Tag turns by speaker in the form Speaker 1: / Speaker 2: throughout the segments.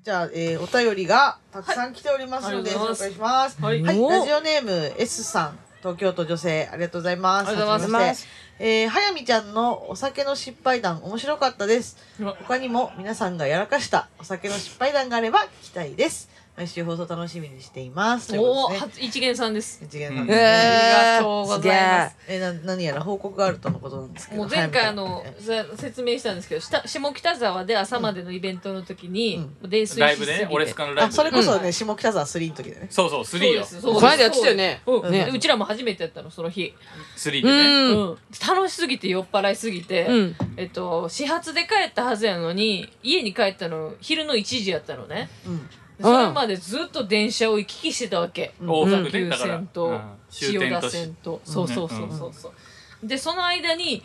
Speaker 1: じゃあ、えー、お便りがたくさん来ておりますので、
Speaker 2: はい
Speaker 1: 紹介します。
Speaker 2: はい
Speaker 1: はい、
Speaker 3: お
Speaker 1: ラジオネーム S さん、東京都女性、ありがとうございます。
Speaker 2: ありがとうございま
Speaker 1: は
Speaker 2: す
Speaker 1: じめまして。えー、はやみちゃんのお酒の失敗談、面白かったです。他にも皆さんがやらかしたお酒の失敗談があれば聞きたいです。毎週放送楽しみにしています。という
Speaker 2: お
Speaker 1: こと
Speaker 2: お、
Speaker 1: ですね。
Speaker 2: 初一元さんです。
Speaker 1: 一元さん
Speaker 3: え
Speaker 1: です
Speaker 3: ー、
Speaker 1: ね。
Speaker 2: ありがとうございます
Speaker 1: えー、な何やら報告があるとのことなんですけど。
Speaker 2: もう前回あの
Speaker 1: はやみち
Speaker 2: せ説明したんですけど下下北沢で朝までのイベントの時に
Speaker 1: うん、
Speaker 2: 泥酔しすぎて
Speaker 4: ライブでね、オレスカの
Speaker 1: ゃ
Speaker 4: ラ
Speaker 1: ん
Speaker 4: イ
Speaker 1: あ、
Speaker 4: ブで。
Speaker 1: それこそね、
Speaker 2: うん
Speaker 1: 下北沢3の時だね。
Speaker 4: そうそう、
Speaker 2: そう
Speaker 4: 3
Speaker 2: で
Speaker 4: よ。
Speaker 2: すそうです
Speaker 3: この間やってたよね
Speaker 2: うん
Speaker 3: ね
Speaker 2: うちらも初めてやったのその日、
Speaker 4: 3
Speaker 3: う
Speaker 4: でね。
Speaker 2: うん
Speaker 3: ん、
Speaker 2: 楽しすぎて酔っ払いすぎて、
Speaker 3: うん、
Speaker 2: えっと始発で帰ったはずやのに家に帰ったの昼の1時やったのね
Speaker 1: うん。
Speaker 2: で
Speaker 3: うん
Speaker 2: それまでずっと電車を行き来してたわけ
Speaker 1: うん
Speaker 4: 大
Speaker 3: うん
Speaker 4: 阪で、
Speaker 2: 急
Speaker 4: だから、
Speaker 2: 線
Speaker 4: う
Speaker 2: と
Speaker 4: ん終
Speaker 2: 千代
Speaker 4: 点
Speaker 2: 田
Speaker 4: とし
Speaker 2: 線とそうそうそううんそうそう、でその間に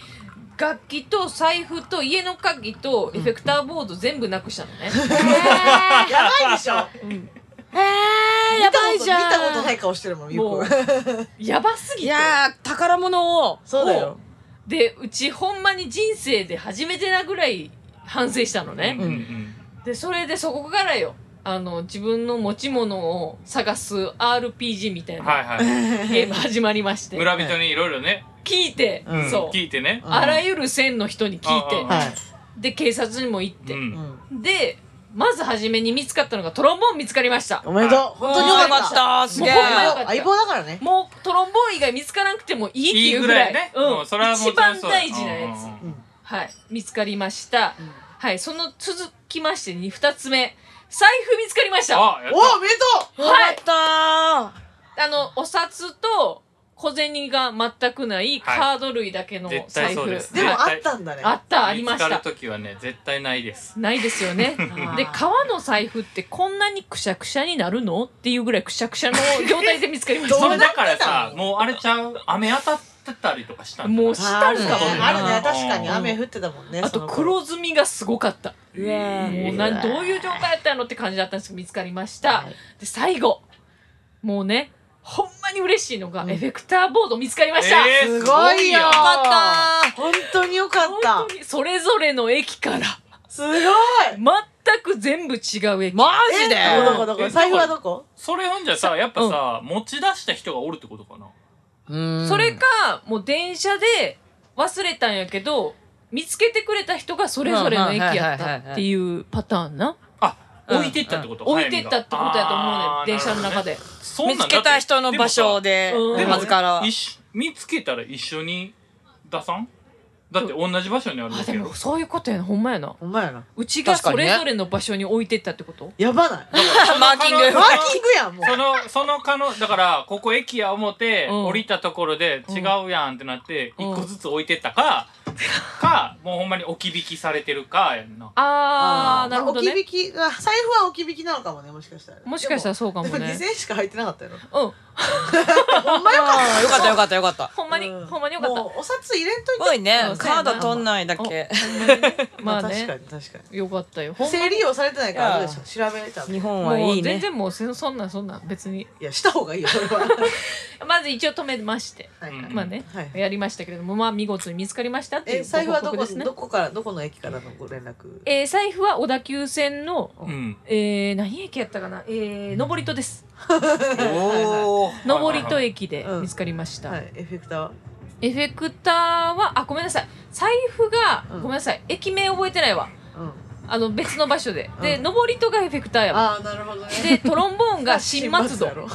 Speaker 2: 楽器と財布と家の鍵とエフェクターボード全部なくしたのね、
Speaker 1: やばいでしょ
Speaker 3: え ー、やばいじゃん
Speaker 1: 見たこと見たことない顔してるもん、ゆうこ
Speaker 2: もう
Speaker 1: が。
Speaker 2: やばすぎ
Speaker 3: い
Speaker 2: て
Speaker 3: やー宝物を
Speaker 1: そうだよ。
Speaker 2: でうちほんまに人生で初めてなぐらい反省したのね、
Speaker 4: うんうん
Speaker 2: でそれでそこからよあの自分の持ち物を探す RPG みたい
Speaker 4: うん
Speaker 2: な
Speaker 4: はいは
Speaker 2: ゲーム始まりまし
Speaker 4: い。
Speaker 2: て
Speaker 4: 村人にいろいろね、
Speaker 2: 聞いて、
Speaker 1: うん
Speaker 2: そう
Speaker 4: 聞いてね。
Speaker 2: あらゆる線の人に聞いて
Speaker 4: うん
Speaker 1: はい。
Speaker 2: で警察にも行っ
Speaker 4: う。
Speaker 2: て、
Speaker 1: うんん。
Speaker 2: でまず初めに見つかったのがトロンボーン見つかりました
Speaker 1: おめでとう。本当によかった。
Speaker 3: たすげえ
Speaker 2: もうほんまよかった
Speaker 1: 相棒だからね。
Speaker 2: もうトロンボーン以外見つからなくてもいいっていうぐらい
Speaker 4: いいぐらいね
Speaker 2: う
Speaker 4: うん
Speaker 2: ん、
Speaker 4: それはも
Speaker 2: 一
Speaker 4: ちろん
Speaker 2: 番
Speaker 4: そうだ
Speaker 2: 大事なやつ、
Speaker 4: うんうん
Speaker 1: うん
Speaker 2: はい見つかりました、
Speaker 1: うん
Speaker 2: はいその続きましてに2つ目財布見つかりました
Speaker 4: あ、やっ
Speaker 1: おお、おめでと
Speaker 3: よかった
Speaker 2: あのお札と小銭が全くない
Speaker 4: はい
Speaker 2: カード類だけの
Speaker 4: 絶
Speaker 2: 財
Speaker 4: 対
Speaker 2: 布、
Speaker 4: そうです
Speaker 1: う。でも
Speaker 4: 絶対
Speaker 1: あったんだね。
Speaker 2: あった
Speaker 4: た。
Speaker 2: ありまし
Speaker 4: 見つ
Speaker 2: た
Speaker 4: かる時はね、絶対ないです。
Speaker 2: ないですよね
Speaker 1: あー
Speaker 2: で革の財布ってこんなにくしゃくしゃになるのっていうぐらいくしゃくしゃの状態で見つかり まし
Speaker 1: ど
Speaker 4: そ
Speaker 1: れ
Speaker 4: れ
Speaker 1: だ
Speaker 4: だ
Speaker 1: け
Speaker 4: から
Speaker 1: な
Speaker 4: さ
Speaker 1: の、
Speaker 4: もうあれちゃう。雨当たってたりとかした
Speaker 2: た
Speaker 4: んだ
Speaker 2: もうした
Speaker 1: あ
Speaker 2: ん
Speaker 1: るね
Speaker 2: かもな
Speaker 1: あるね。
Speaker 4: ん
Speaker 1: 確かに雨降ってたもんね。
Speaker 2: あ
Speaker 1: そ
Speaker 2: と
Speaker 1: の頃。
Speaker 2: 黒ずみがすごかった
Speaker 3: うわ
Speaker 2: もうなんどういう状態だったのって感じだったんですけど見つかりました
Speaker 1: はい
Speaker 2: で最後もうねほんまに嬉しいのが、
Speaker 1: うん
Speaker 2: エフェクターボード見つかりました、
Speaker 4: えー
Speaker 1: すごいよ。
Speaker 4: よ
Speaker 3: かった
Speaker 1: 本当によかっ
Speaker 2: 本
Speaker 1: た
Speaker 2: 当。にそれぞれの駅から
Speaker 1: すごい。
Speaker 2: 全く全部違う駅
Speaker 3: マジで
Speaker 1: えどこどこどこ
Speaker 4: え
Speaker 1: 財布はどこ
Speaker 4: それほんじゃさ、やっぱさ、持ち出した人がおるってことかな。
Speaker 3: うん
Speaker 2: それかもう電車で忘れたんやけど見つけてくれた人がそれぞれの駅やったっていうパターンな
Speaker 4: あ、
Speaker 3: うん
Speaker 4: 置いてったってこと
Speaker 2: 置いてったってことやと思うねん電車の中
Speaker 4: で。
Speaker 2: で
Speaker 4: そんなん
Speaker 3: 見
Speaker 4: だ
Speaker 3: つ
Speaker 4: って
Speaker 3: けた人の場所で
Speaker 2: うん
Speaker 4: でも
Speaker 3: まずから
Speaker 4: 一緒見つけたら一緒に出さんだって同じ場所にある
Speaker 2: あ
Speaker 4: わけ
Speaker 2: で
Speaker 4: ど
Speaker 2: もそういうことやなほんまやな
Speaker 1: ほんまやな。
Speaker 2: うちが
Speaker 3: 確か
Speaker 2: そ
Speaker 3: にね
Speaker 2: れぞれの場所に置いてったってこと
Speaker 1: やば ない。
Speaker 3: マーキング
Speaker 1: マーキングやん、もう。
Speaker 4: そのその可能だからここ駅や思て
Speaker 2: うん
Speaker 4: 降りたところで違うやんってなって
Speaker 2: うん
Speaker 4: 一個ずつ置いてったかかもうほんまに置き引きされてるかやんな
Speaker 2: あ
Speaker 1: あ
Speaker 2: ー
Speaker 1: ー
Speaker 2: なるほどね
Speaker 1: 置き引きが、財布は置き引きなのかもね、もしかしたら。
Speaker 2: もしかしたらそうかも
Speaker 1: でも、でも
Speaker 2: ね
Speaker 1: 2000円しか入ってなかったよ。
Speaker 2: うん
Speaker 1: ほんまよかった。
Speaker 3: よかったよかったよかった
Speaker 2: ほんまに
Speaker 1: う
Speaker 2: ほんまによかった
Speaker 1: もうお札入れんとい
Speaker 3: す
Speaker 1: て。
Speaker 3: ごいね
Speaker 2: うん
Speaker 3: カード取んないだけ
Speaker 2: まあ
Speaker 1: 確
Speaker 2: ね
Speaker 1: かに確か
Speaker 2: よかったよほ
Speaker 1: に。
Speaker 2: んま
Speaker 1: 整理をされてないから、後
Speaker 3: いや
Speaker 1: で調べれた。
Speaker 3: 日本はい
Speaker 2: もう
Speaker 3: い
Speaker 2: 全
Speaker 3: ね
Speaker 2: 然もうせそんなんそんなん別に
Speaker 1: いや、した方がいいよ、そ れは。は
Speaker 2: まず一応止めまして
Speaker 1: いはい
Speaker 4: うん
Speaker 2: まあね
Speaker 1: はい
Speaker 2: やりましたけれどもまあ見事に見つかりましたっていう
Speaker 1: え、財布はどこ、
Speaker 2: ご報告ですね
Speaker 1: どこから、どこの駅からのご連絡
Speaker 2: えー財布は小田急線の、
Speaker 4: うん
Speaker 2: えー何駅やったかな、えー、上り戸です
Speaker 1: お
Speaker 4: いはい
Speaker 2: 上り戸駅で見つかりました、
Speaker 1: はい、エフェクターは
Speaker 2: エフェクターはあごめんなさい財布が、
Speaker 1: うん
Speaker 2: ごめんなさい駅名覚えてないわ
Speaker 1: うん。
Speaker 2: あの別の場所で、で
Speaker 1: うん
Speaker 2: 上り戸がエフェクターやわ
Speaker 1: ああ、なるほどね。
Speaker 2: でトロンボ ーンが新松戸
Speaker 1: や ろ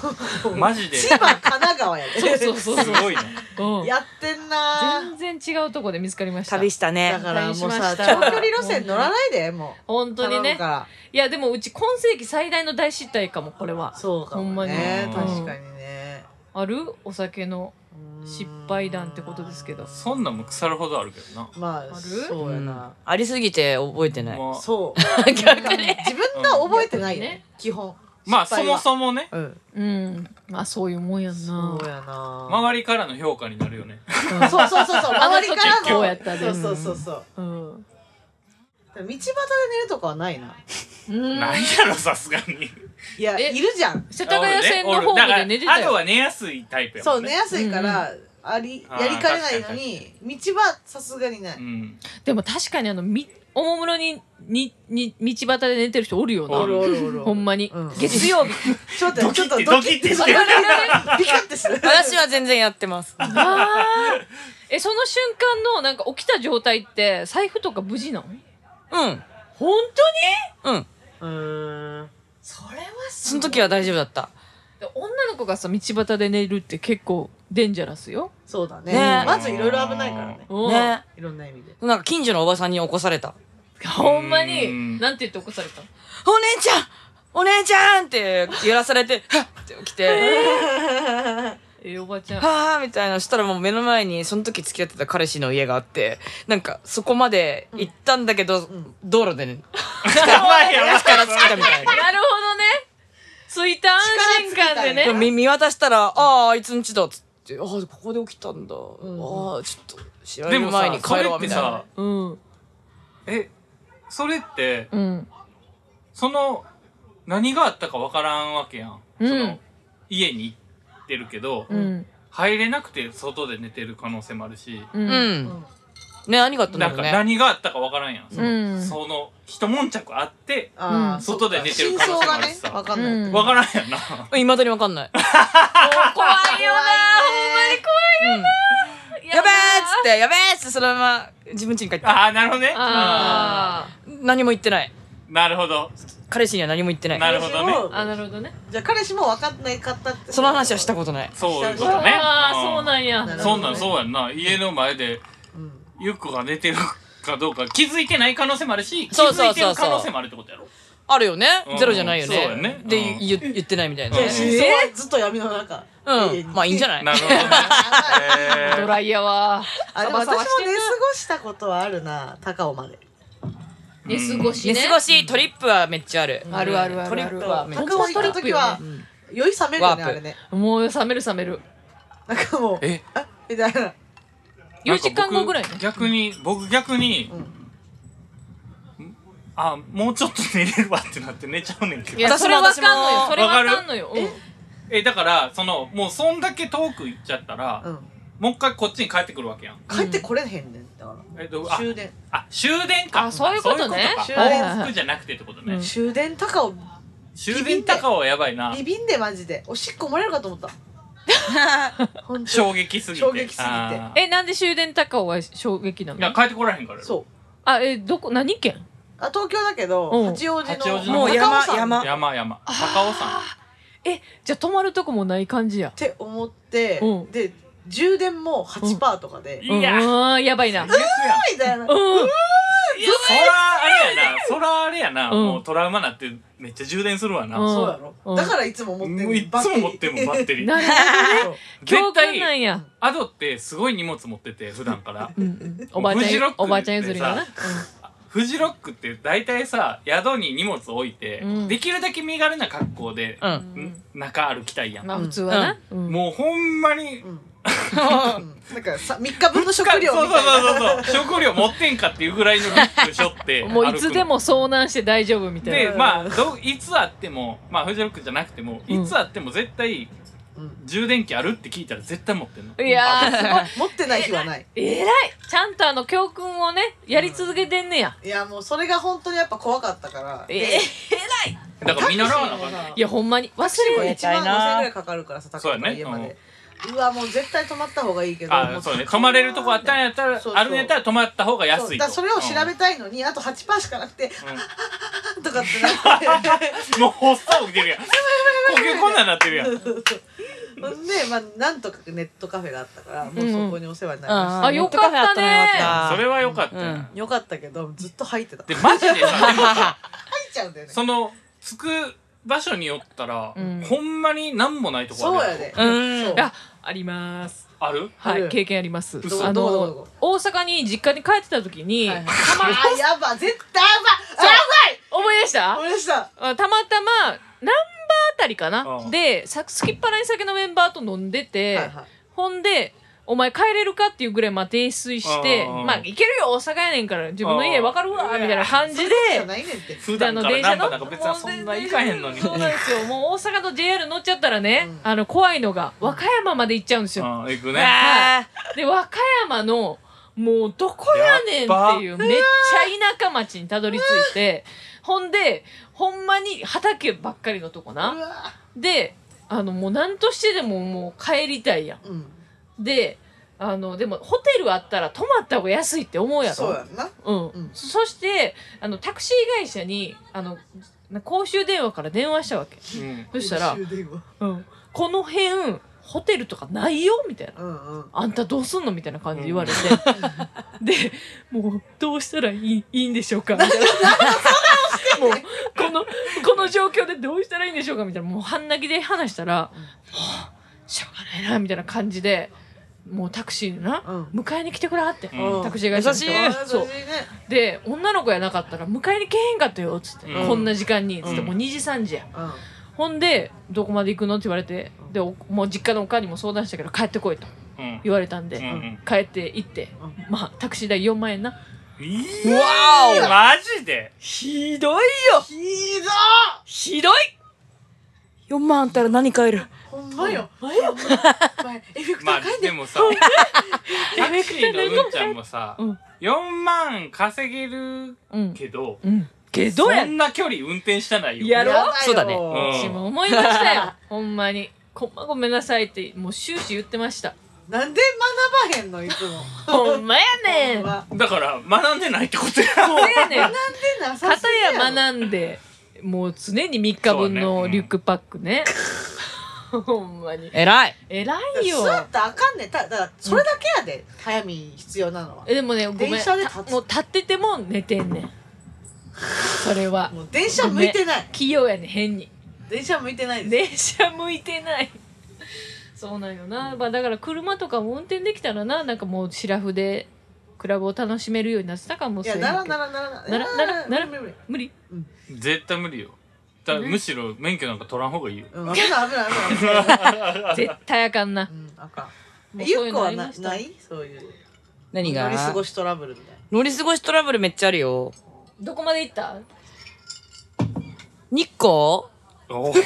Speaker 4: マジで
Speaker 1: 千葉、神奈川やで。
Speaker 2: そうそうそう
Speaker 4: すごいね
Speaker 2: うん
Speaker 1: やってんなー
Speaker 2: 全然違うとこで見つかりました
Speaker 3: 旅した
Speaker 1: だ
Speaker 3: ね
Speaker 1: からもう
Speaker 2: 失敗しま
Speaker 1: さ、
Speaker 2: した
Speaker 1: 長距離路線乗らないで、もう。
Speaker 2: 本当に
Speaker 1: 頼む
Speaker 2: ね
Speaker 1: か
Speaker 2: いやでもうち今世紀最大の大失態かもこれは
Speaker 1: ら。そうかもね。
Speaker 4: ほんまに
Speaker 1: 確かにね。
Speaker 2: あるお酒の
Speaker 1: うーん
Speaker 2: 失敗談ってことですけど
Speaker 4: そんなんも腐るほどあるけどな
Speaker 1: まあ、
Speaker 2: る
Speaker 1: そうやな。
Speaker 3: ありすぎて覚えてない
Speaker 4: まあ
Speaker 1: そう。逆に。自分が覚えてないよね、基本。
Speaker 4: まあ
Speaker 1: 失
Speaker 4: そ
Speaker 1: 敗は
Speaker 4: もそもね
Speaker 1: うん。
Speaker 2: うんまあそういうもんやんな
Speaker 1: そうやな。
Speaker 4: 周りからの評価になるよね
Speaker 1: そうそうそうそう。周りからの。
Speaker 2: こうやったで
Speaker 1: そうそうそうそう。
Speaker 2: うん
Speaker 1: 道端で寝るとかはないな。
Speaker 4: ないやろさすがに
Speaker 1: いや、
Speaker 2: え
Speaker 1: いるじゃん。
Speaker 2: 世田谷線のホームで寝てた
Speaker 4: あと
Speaker 2: よ。
Speaker 4: は寝やすいタイプや
Speaker 1: そ
Speaker 4: も
Speaker 1: うん寝
Speaker 4: ね
Speaker 1: やすいから、あり
Speaker 4: あー
Speaker 1: やりかねないのに道はさすがにない、
Speaker 4: うん
Speaker 2: でも確かにあのみおもむろににに道端で寝てる人おるよ
Speaker 4: おる
Speaker 2: な
Speaker 4: お
Speaker 2: ほんまに、
Speaker 1: うん
Speaker 2: 月曜 日
Speaker 1: ちょっと
Speaker 4: ド
Speaker 1: 待
Speaker 4: キ
Speaker 1: って
Speaker 4: ッて
Speaker 1: ちょっと
Speaker 4: ドキッてし
Speaker 2: あ
Speaker 4: て
Speaker 2: れ
Speaker 4: る
Speaker 2: あれあれ
Speaker 1: ピカってする。
Speaker 3: 私は全然やってます。
Speaker 2: あーえその瞬間のなんか起きた状態って財布とか無事なの
Speaker 3: うん。
Speaker 2: 本
Speaker 3: うん。
Speaker 1: うーん。
Speaker 2: 当にそれは
Speaker 3: その時は大丈夫だった。
Speaker 2: 女の子がさ道端で寝るって結構デンジャラスよ、
Speaker 1: そうだね。
Speaker 3: ね
Speaker 1: まずいろいろ危ないからね。
Speaker 2: うん
Speaker 3: ね。
Speaker 1: いろんな意味で。
Speaker 3: なんか近所のおばさんに起こされた。
Speaker 2: ほんま
Speaker 4: う
Speaker 2: に
Speaker 4: ん
Speaker 2: なんて言って起こされたの
Speaker 3: お姉ちゃんお姉ちゃんって揺らされて、 はっって起きて、
Speaker 2: えおばちゃん
Speaker 3: はぁみたいなのしたらもう目の前にその時付き合ってた彼氏の家があって、なんかそこまで行ったんだけど、
Speaker 1: ん
Speaker 3: 道路でね、
Speaker 4: やばいやばい
Speaker 3: 力尽きたみたいな。
Speaker 2: なるほどね。ついた安心感で
Speaker 3: でも
Speaker 2: ね。
Speaker 3: 見見渡したら、ああ、あいつんちだっつって、ああ、ここで起きたんだ。ああ、ちょっと、知られ
Speaker 4: で
Speaker 3: る
Speaker 4: も
Speaker 3: 前
Speaker 4: さ
Speaker 3: に
Speaker 4: そ
Speaker 3: 帰
Speaker 4: れ
Speaker 3: ろう
Speaker 4: っ
Speaker 3: み
Speaker 4: て
Speaker 3: たいな
Speaker 4: さ。
Speaker 2: うん。
Speaker 4: えそれって
Speaker 2: うん。
Speaker 4: その何があったかわからんわけやん、
Speaker 2: うん
Speaker 4: その家に行ってるけど、
Speaker 2: うん。
Speaker 4: 入れなくて外で寝てる可能性もあるし、
Speaker 2: う。
Speaker 3: うんん。ね、何があったんだ
Speaker 4: なん
Speaker 3: ろう
Speaker 4: か
Speaker 3: ね。
Speaker 4: 何があったかわからんやん、その
Speaker 2: うん
Speaker 4: その一悶着あって
Speaker 1: あ
Speaker 2: うん
Speaker 1: あ、
Speaker 4: 外で寝て
Speaker 1: そ
Speaker 4: る可
Speaker 1: っ
Speaker 4: 能性もあ
Speaker 1: か真相がね、わか
Speaker 4: るしさ
Speaker 1: んない。
Speaker 2: うん
Speaker 4: わからんやんな
Speaker 3: いまだにわかんない。
Speaker 2: 怖いよな。
Speaker 3: うんやべーっつって、やべーっつって、そのまま自分家に帰った。
Speaker 4: ああなるほどねあ
Speaker 2: あ
Speaker 3: 何も言ってない。
Speaker 4: ーなるほど
Speaker 3: 彼氏には何も言ってない。
Speaker 4: なるほどね
Speaker 1: 彼氏
Speaker 2: ー
Speaker 1: も
Speaker 2: あ。なるほどね。
Speaker 1: じゃあ彼氏も分かんないかったって
Speaker 3: その話はしたことない。
Speaker 4: そういうことね
Speaker 2: ああ、
Speaker 4: うん
Speaker 2: そうなんや。
Speaker 1: なるほ
Speaker 4: そ
Speaker 1: ど
Speaker 4: ん
Speaker 1: ね
Speaker 4: なんそうやんな家の前で
Speaker 1: うん
Speaker 4: ゆっこが寝てるかどうか気づいてない可能性もあるし気
Speaker 3: そう
Speaker 4: づ
Speaker 3: そうそうそう
Speaker 4: いてる可能性もあるってことやろ
Speaker 3: あるよね
Speaker 4: う。ん
Speaker 3: ゼロじゃないよ
Speaker 4: そうやね
Speaker 3: ね。で、
Speaker 4: うん
Speaker 3: ゆ言ってないみたいな
Speaker 1: じゃあ
Speaker 4: う
Speaker 3: ね
Speaker 4: ん。
Speaker 1: 真相はずっと闇の中
Speaker 3: う
Speaker 1: 家
Speaker 3: ん。
Speaker 1: に
Speaker 3: まあいいんじゃな
Speaker 4: ないるほどね え
Speaker 2: ド
Speaker 4: ー
Speaker 2: ライヤーは。
Speaker 1: あでも
Speaker 2: サ
Speaker 1: 私
Speaker 2: バサ
Speaker 1: も
Speaker 2: バ
Speaker 1: 寝過
Speaker 2: してんな
Speaker 1: ごしたことはあるな高尾まで
Speaker 2: 寝過ごし
Speaker 3: 寝
Speaker 2: ね。
Speaker 3: 過ごし、トリップはめっちゃある。
Speaker 2: あるあるある
Speaker 3: トリップはめっちゃ
Speaker 1: 高尾行った時は
Speaker 3: うん
Speaker 1: 酔い冷めるよね
Speaker 3: ワープ
Speaker 1: あれね
Speaker 2: もう冷める冷める。
Speaker 1: なんかもう
Speaker 4: え
Speaker 1: あみたいな
Speaker 2: 4時間後ぐらいね
Speaker 4: なんか僕。逆に僕逆に、んあもうちょっと寝れるわってなって寝ちゃうねんけ
Speaker 2: い
Speaker 4: ど
Speaker 2: や、それわかんのよ。
Speaker 3: 私も
Speaker 2: それわかんのよ。うん
Speaker 4: えだからそのもうそんだけ遠く行っちゃったら、
Speaker 1: うん
Speaker 4: もう一回こっちに帰ってくるわけやん
Speaker 1: 帰ってこれへんねんだか
Speaker 4: えど
Speaker 1: ら
Speaker 4: あ
Speaker 1: 終電
Speaker 4: あ終電か
Speaker 2: あそういうことね
Speaker 4: そ
Speaker 1: 終
Speaker 4: ういうこと
Speaker 1: 電
Speaker 4: か往復じゃなくてってことね、
Speaker 2: うん
Speaker 1: 終電高尾
Speaker 4: 終電高はやばいな
Speaker 1: ビビんでマジでおしっこ漏れるかと思 った本当に
Speaker 4: 衝撃すぎて
Speaker 1: 衝撃すぎて
Speaker 4: あー
Speaker 2: え、なんで終電高尾は衝撃ない
Speaker 4: や
Speaker 2: の
Speaker 4: 帰ってこられへんから
Speaker 1: そう
Speaker 2: あ、え、どこ、何県
Speaker 1: あ東京だけど、
Speaker 2: うん
Speaker 1: 八王子の
Speaker 4: 八王子の
Speaker 1: もう山
Speaker 3: 山
Speaker 1: 山
Speaker 3: 山
Speaker 1: 山っ
Speaker 4: 山山高尾山
Speaker 2: え、じゃあ泊まるとこもない感じや。
Speaker 1: て思って、
Speaker 2: うん
Speaker 1: で充電も8%とかで、
Speaker 4: いや
Speaker 2: うんうんやばいな。
Speaker 4: 最悪やん
Speaker 1: みたいな
Speaker 2: うん。
Speaker 4: そらあれやなそらあれやな、
Speaker 2: うん
Speaker 4: もうトラウマなってめっちゃ充電するわな、
Speaker 2: うん
Speaker 1: そうやろ、
Speaker 2: うん
Speaker 1: だからいつも持ってんの
Speaker 4: もういっつも持ってるもんバッテリー
Speaker 2: なるほどね。教
Speaker 4: 絶
Speaker 2: 訓な
Speaker 4: 対
Speaker 2: んや。
Speaker 4: アドってすごい荷物持ってて普段から
Speaker 2: うんうんおばあち
Speaker 4: フジ
Speaker 2: ゃ
Speaker 4: ロ
Speaker 2: ん
Speaker 4: ッ、ク
Speaker 2: おばあちゃん譲りのな
Speaker 4: で。フジロックって大体さ宿に荷物置いて、
Speaker 2: うん
Speaker 4: できるだけ身軽な格好で、
Speaker 3: うん
Speaker 2: うん
Speaker 4: ん中歩きたいやん、
Speaker 2: まあ普通はな。うん
Speaker 4: もうほんま に
Speaker 1: うん、うんなんかさ3日分の食料みたいな
Speaker 4: そうそうそうそう食料持ってんかっていうぐらいのリュックし ょって
Speaker 2: もういつでも遭難して大丈夫み
Speaker 4: 歩く
Speaker 2: たい
Speaker 4: で
Speaker 2: な。
Speaker 4: まあどいつあってもまあフジロックじゃなくても、
Speaker 2: うん
Speaker 4: いつあっても絶対
Speaker 1: うん
Speaker 4: 充電器あるって聞いたら絶対持ってんの
Speaker 2: いやー、すごい。
Speaker 1: 持ってない日はない
Speaker 2: えらいちゃんとあの教訓をね、やり続けてんねや。
Speaker 1: いやもうそれが本当にやっぱ怖かったから
Speaker 2: ええらい
Speaker 4: だから見習わなあかんね
Speaker 2: いや、ほんまに。忘
Speaker 1: 1
Speaker 2: れ
Speaker 1: 万
Speaker 2: る
Speaker 3: や
Speaker 2: よ。
Speaker 1: 5000円ぐらいかかるからさ高
Speaker 4: そう
Speaker 1: 尾
Speaker 4: や
Speaker 1: の
Speaker 4: ね
Speaker 1: 家までうわもう絶対泊まった方がいいけども
Speaker 4: あそうね泊まれるとこあったんやったら
Speaker 1: そうそう
Speaker 4: あるんやったら泊まった方が
Speaker 1: そ
Speaker 4: 安
Speaker 1: う
Speaker 4: い
Speaker 1: だ
Speaker 4: と
Speaker 1: からそれを調べたいのに、あと8%しかなくて
Speaker 4: うんうん
Speaker 1: とかってなって
Speaker 4: もう発作起きてるやん呼吸困難になってるやん
Speaker 1: ほんで、まあ、なんとかネットカフェがあったから、もうそこにお世話になりました、
Speaker 3: あ
Speaker 2: よかったね
Speaker 4: それ
Speaker 3: は。
Speaker 4: は良かったよ、
Speaker 3: うん
Speaker 1: よかったけどずっと入ってた
Speaker 4: で
Speaker 1: 入っ
Speaker 4: マジでさでもさ
Speaker 1: ちゃうんだよね
Speaker 4: その着く場所によったら、
Speaker 2: うん
Speaker 4: ほんまに何もないとこあ
Speaker 1: そう
Speaker 4: るやん
Speaker 1: やで
Speaker 3: うん
Speaker 1: そう
Speaker 2: あ、あります。
Speaker 4: ある
Speaker 2: は
Speaker 1: う
Speaker 2: い、
Speaker 1: ん
Speaker 2: 経験あります
Speaker 1: ど。こ
Speaker 2: あ
Speaker 1: どこどこど
Speaker 2: の
Speaker 1: こ、
Speaker 2: 大阪に実家に帰ってた時に、
Speaker 3: はいはい
Speaker 2: たま、
Speaker 1: あーやば絶対やばい
Speaker 2: 思い出した
Speaker 1: あ思い出した
Speaker 2: あたまたまナンバーあたりかな、
Speaker 4: うん
Speaker 2: でさすきっぱらに酒のメンバーと飲んでて、
Speaker 1: はいはい
Speaker 2: ほんで「お前帰れるか?」っていうぐらいまあ泥酔して
Speaker 4: うんうん
Speaker 2: 「
Speaker 4: うん
Speaker 2: まあ行けるよ大阪やねんから自分の家わかるわ」
Speaker 4: うん
Speaker 2: みたいな感じで。
Speaker 1: じゃないねんって
Speaker 4: 普段からナンバーなんか別にそ
Speaker 2: もうん
Speaker 4: な行かへんのに
Speaker 2: そうなんですよもう大阪の JR 乗っちゃったらね、
Speaker 1: うん
Speaker 2: あの怖いのが和歌山まで行っちゃうんですよ、
Speaker 4: うん行く
Speaker 3: え
Speaker 4: ね
Speaker 2: で和歌山のもうどこやねんっていうめっちゃ田舎町にたどり着いてほんでほんまに畑ばっかりのとこなであのもう何としてでももう帰りたいやん
Speaker 1: うん
Speaker 2: であのでもホテルあったら泊まった方が安いって思うやろ
Speaker 1: そうやんな
Speaker 2: うん
Speaker 1: うん
Speaker 2: そしてあのタクシー会社にあの公衆電話から電話したわけ
Speaker 4: うん
Speaker 2: そしたら
Speaker 1: 終電は
Speaker 2: 「うんこの辺ホテルとかないよ」みたいな。
Speaker 1: うんうん
Speaker 2: あんたどうすんのみたいな感じで言われて、でもうどうしたらいいいいんでしょうかみたいなもうこのこの状況でどうしたらいいんでしょうかみたいなもう半泣きで話したら、もうしょうがないなみたいな感じでもうタクシーにな、
Speaker 1: うん
Speaker 2: 迎えに来てくれはって、
Speaker 4: うん
Speaker 2: タクシー会社の人
Speaker 3: 優
Speaker 2: が
Speaker 3: し
Speaker 2: そう
Speaker 1: ね
Speaker 2: で女の子やなかったら迎えに来へんかったよっつって、
Speaker 4: うん
Speaker 2: こんな時間にっつって、
Speaker 4: うん
Speaker 2: もう2時3時や
Speaker 1: うん
Speaker 2: ほんでどこまで行くのって言われてでおもう実家のおかんにも相談したけど帰ってこいと
Speaker 4: うん
Speaker 2: 言われたんで、
Speaker 4: うん
Speaker 2: 帰って行って、まあタクシー代4万円な
Speaker 4: うん
Speaker 3: わ
Speaker 4: え
Speaker 3: お
Speaker 4: マジで
Speaker 3: ひどいよ
Speaker 1: ひど
Speaker 3: ひどい !4 万あったら何買える
Speaker 1: ーほんまよ
Speaker 2: ほんまよ
Speaker 1: お前エフェクタ
Speaker 4: ま
Speaker 1: ー
Speaker 4: あ
Speaker 1: 書い
Speaker 4: で
Speaker 1: て
Speaker 4: もさタクシーのうんちゃんもさ
Speaker 2: うん
Speaker 4: 4万稼げる
Speaker 2: うん
Speaker 4: けど
Speaker 2: うんけどや
Speaker 4: そんな距離運転したないよ
Speaker 2: いやろ
Speaker 3: そうだね
Speaker 4: うん
Speaker 2: 私も思いましたよ ほんまにこまごめんなさいってもう終始言ってました
Speaker 1: なんで学ばへんのいつも
Speaker 2: ほんまやねん
Speaker 1: ほんま
Speaker 4: だから学んでないってことや
Speaker 2: ほんまやねん
Speaker 1: なんでなさす
Speaker 2: 片
Speaker 1: ぎやろ
Speaker 2: や学んでもう常に3日分
Speaker 4: そうねう
Speaker 2: の
Speaker 4: ん
Speaker 2: リュックパックね ほんまに
Speaker 3: 偉い
Speaker 2: 偉いよ
Speaker 1: そうやったらあかんねんただからそれだけやで、早見必要なのは
Speaker 2: えでもねごめん
Speaker 1: 電車で立つ
Speaker 2: たもう立ってても寝てんねんそれは
Speaker 1: もう電車向いてない
Speaker 2: 器用やねん変に
Speaker 1: 電車向いてないです、
Speaker 2: 電車向いてないそうなんよな、まあだから車とかも運転できたらななんかもうシラフでクラブを楽しめるようになってたかも
Speaker 1: い
Speaker 2: し
Speaker 1: や
Speaker 2: れ
Speaker 1: なら
Speaker 2: ない
Speaker 1: ならなら
Speaker 2: ならならなら
Speaker 1: 無理無理
Speaker 2: 無理
Speaker 4: 絶対無理よだからむしろ免許なんか取らん方がいいよ
Speaker 1: 無理うん危ない危ない危ない危ない、
Speaker 2: 絶対あかんな
Speaker 1: うん、あかん
Speaker 2: もうそうい
Speaker 1: ゆ
Speaker 2: う
Speaker 1: っ
Speaker 2: の
Speaker 1: こ
Speaker 2: あ
Speaker 1: は
Speaker 2: り
Speaker 1: な
Speaker 2: ました
Speaker 1: ないそういう
Speaker 3: 何が
Speaker 1: 乗り過ごしトラブルみたいな
Speaker 3: 乗り過ごしトラブルめっちゃあるよ。
Speaker 2: どこまで行った
Speaker 3: 日光
Speaker 4: おー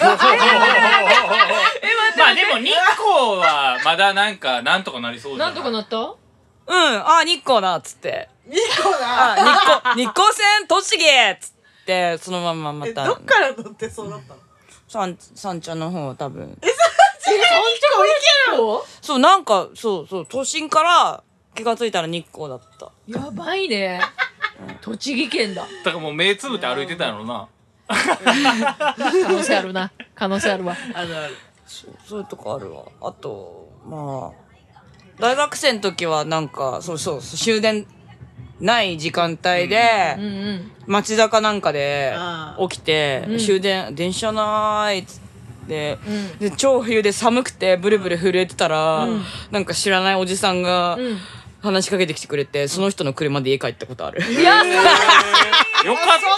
Speaker 4: まあでも日光はまだなんかなんとかなりそうじゃ
Speaker 2: な
Speaker 4: なんい
Speaker 2: とかなった
Speaker 3: うん、ああ、日光だっつって。
Speaker 1: 二個
Speaker 3: あ
Speaker 1: な
Speaker 3: あ、日光、日光線、栃木っつって、そのまんまま
Speaker 1: え
Speaker 3: た。
Speaker 1: どっから乗ってそうなったの
Speaker 3: 山、山頂の方、多分。
Speaker 1: え
Speaker 2: けろ
Speaker 3: そう、なんか、そうそう、都心から気がついたら日光だった。
Speaker 2: やばいね栃木県だ
Speaker 4: だからもう目つぶって歩いてたんやろな
Speaker 2: 可能性あるな可能性あるわ
Speaker 1: あるある
Speaker 3: そう、そういうとこあるわ。あと、まあ、大学生の時はなんか、そうそう、終電ない時間帯で、
Speaker 2: うんうん
Speaker 3: 街中なんかで
Speaker 1: あ
Speaker 3: 起きて、
Speaker 2: うん
Speaker 3: 終電電車ないっつって、
Speaker 2: うん
Speaker 3: で超冬で寒くてブルブル震えてたら、
Speaker 2: うん
Speaker 3: なんか知らないおじさんが
Speaker 2: うん
Speaker 3: 話しかけてきてくれて、その人の車で家帰ったこと ある。
Speaker 2: いや
Speaker 4: よかっ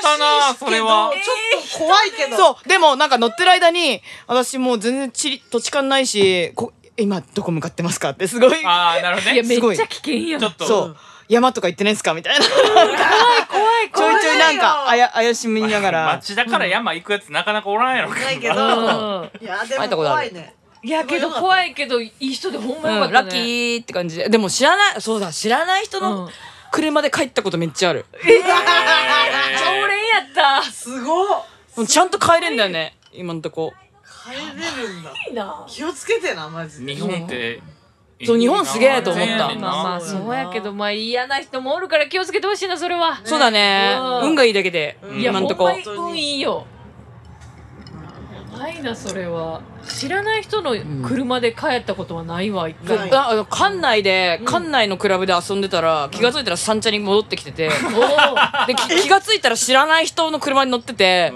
Speaker 4: たなそれは
Speaker 1: 優しいけどちょっと怖いけど
Speaker 3: そうでもなんか乗ってる間に私もう全然ちり土地勘ないしこ今どこ向かってますかってすごい
Speaker 4: ああなるほど
Speaker 2: いや
Speaker 4: ね
Speaker 2: め
Speaker 3: す
Speaker 2: っ
Speaker 3: ごい
Speaker 2: ちゃ危険やん
Speaker 4: ちょっと
Speaker 3: そう山とか行ってないですかみたいなち
Speaker 2: 怖い
Speaker 3: ょ
Speaker 2: 怖
Speaker 3: い
Speaker 2: い
Speaker 3: ちょいなんかあや怪しみながら
Speaker 4: 町だから山行くやつなかなかおらんやろ
Speaker 1: ないけど
Speaker 2: うん
Speaker 1: いやで
Speaker 3: 会え
Speaker 1: も
Speaker 3: たことあ
Speaker 1: 怖
Speaker 3: る
Speaker 1: いね
Speaker 2: いやけど怖いけどいい人でほんまよかっ
Speaker 3: うん、
Speaker 2: た
Speaker 3: ラ
Speaker 2: ね
Speaker 3: ッキーって感じででも知らないそうだ知らない人
Speaker 2: う
Speaker 3: の
Speaker 2: ん
Speaker 3: 車で帰ったことめっちゃある、
Speaker 2: 常連やった
Speaker 1: すごっ
Speaker 3: もうちゃんと帰れんだよね今んとこ
Speaker 1: 帰れるんだ
Speaker 2: いいな
Speaker 1: 気をつけてなマジで
Speaker 4: 日本って
Speaker 3: そう日本すげえと思った
Speaker 4: 全然やねんな
Speaker 2: まあまあ
Speaker 1: そうや
Speaker 2: そ
Speaker 1: な
Speaker 2: うやけどまあ嫌な人もおるから気をつけてほしいなそれは、
Speaker 3: そうだね
Speaker 2: うん
Speaker 3: 運がいいだけで
Speaker 1: うん
Speaker 2: いや
Speaker 3: 今
Speaker 2: ほんま
Speaker 3: んとこ
Speaker 2: に運いいよやばいなそれは知らない人の車で帰ったことはないわ一回も、
Speaker 1: ない
Speaker 3: だあの館内で館内のクラブで遊んでたら気がついたら三茶に戻ってきてて
Speaker 2: おー
Speaker 3: でき気がついたら知らない人の車に乗ってて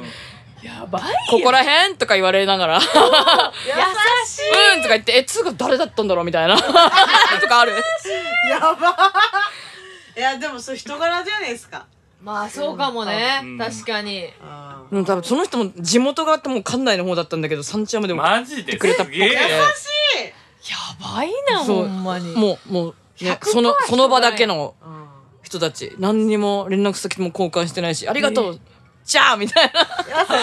Speaker 2: やばい
Speaker 3: 「ここら辺?」とか言われながら「うん」と
Speaker 1: 優し
Speaker 3: か言って「えつうか誰だったんだろう?」みたいな とかある
Speaker 1: いやばいやでもそれ人柄じゃないですか
Speaker 2: まあそうかもね、
Speaker 4: うん
Speaker 2: 確かに
Speaker 1: うん
Speaker 3: うん多分その人も地元があってもう館内の方だったんだけど三茶までも
Speaker 4: マジです
Speaker 3: くれたっぽ
Speaker 4: げ
Speaker 3: くて
Speaker 4: え
Speaker 1: しい
Speaker 2: やばいな
Speaker 3: そう
Speaker 2: ほんまに
Speaker 3: もうもう、ね、
Speaker 2: 100%
Speaker 3: そのその場だけの
Speaker 1: うん
Speaker 3: 人たち何にも連絡先も交換してないし「ありがとう、じゃあ」みたいな
Speaker 1: いや素晴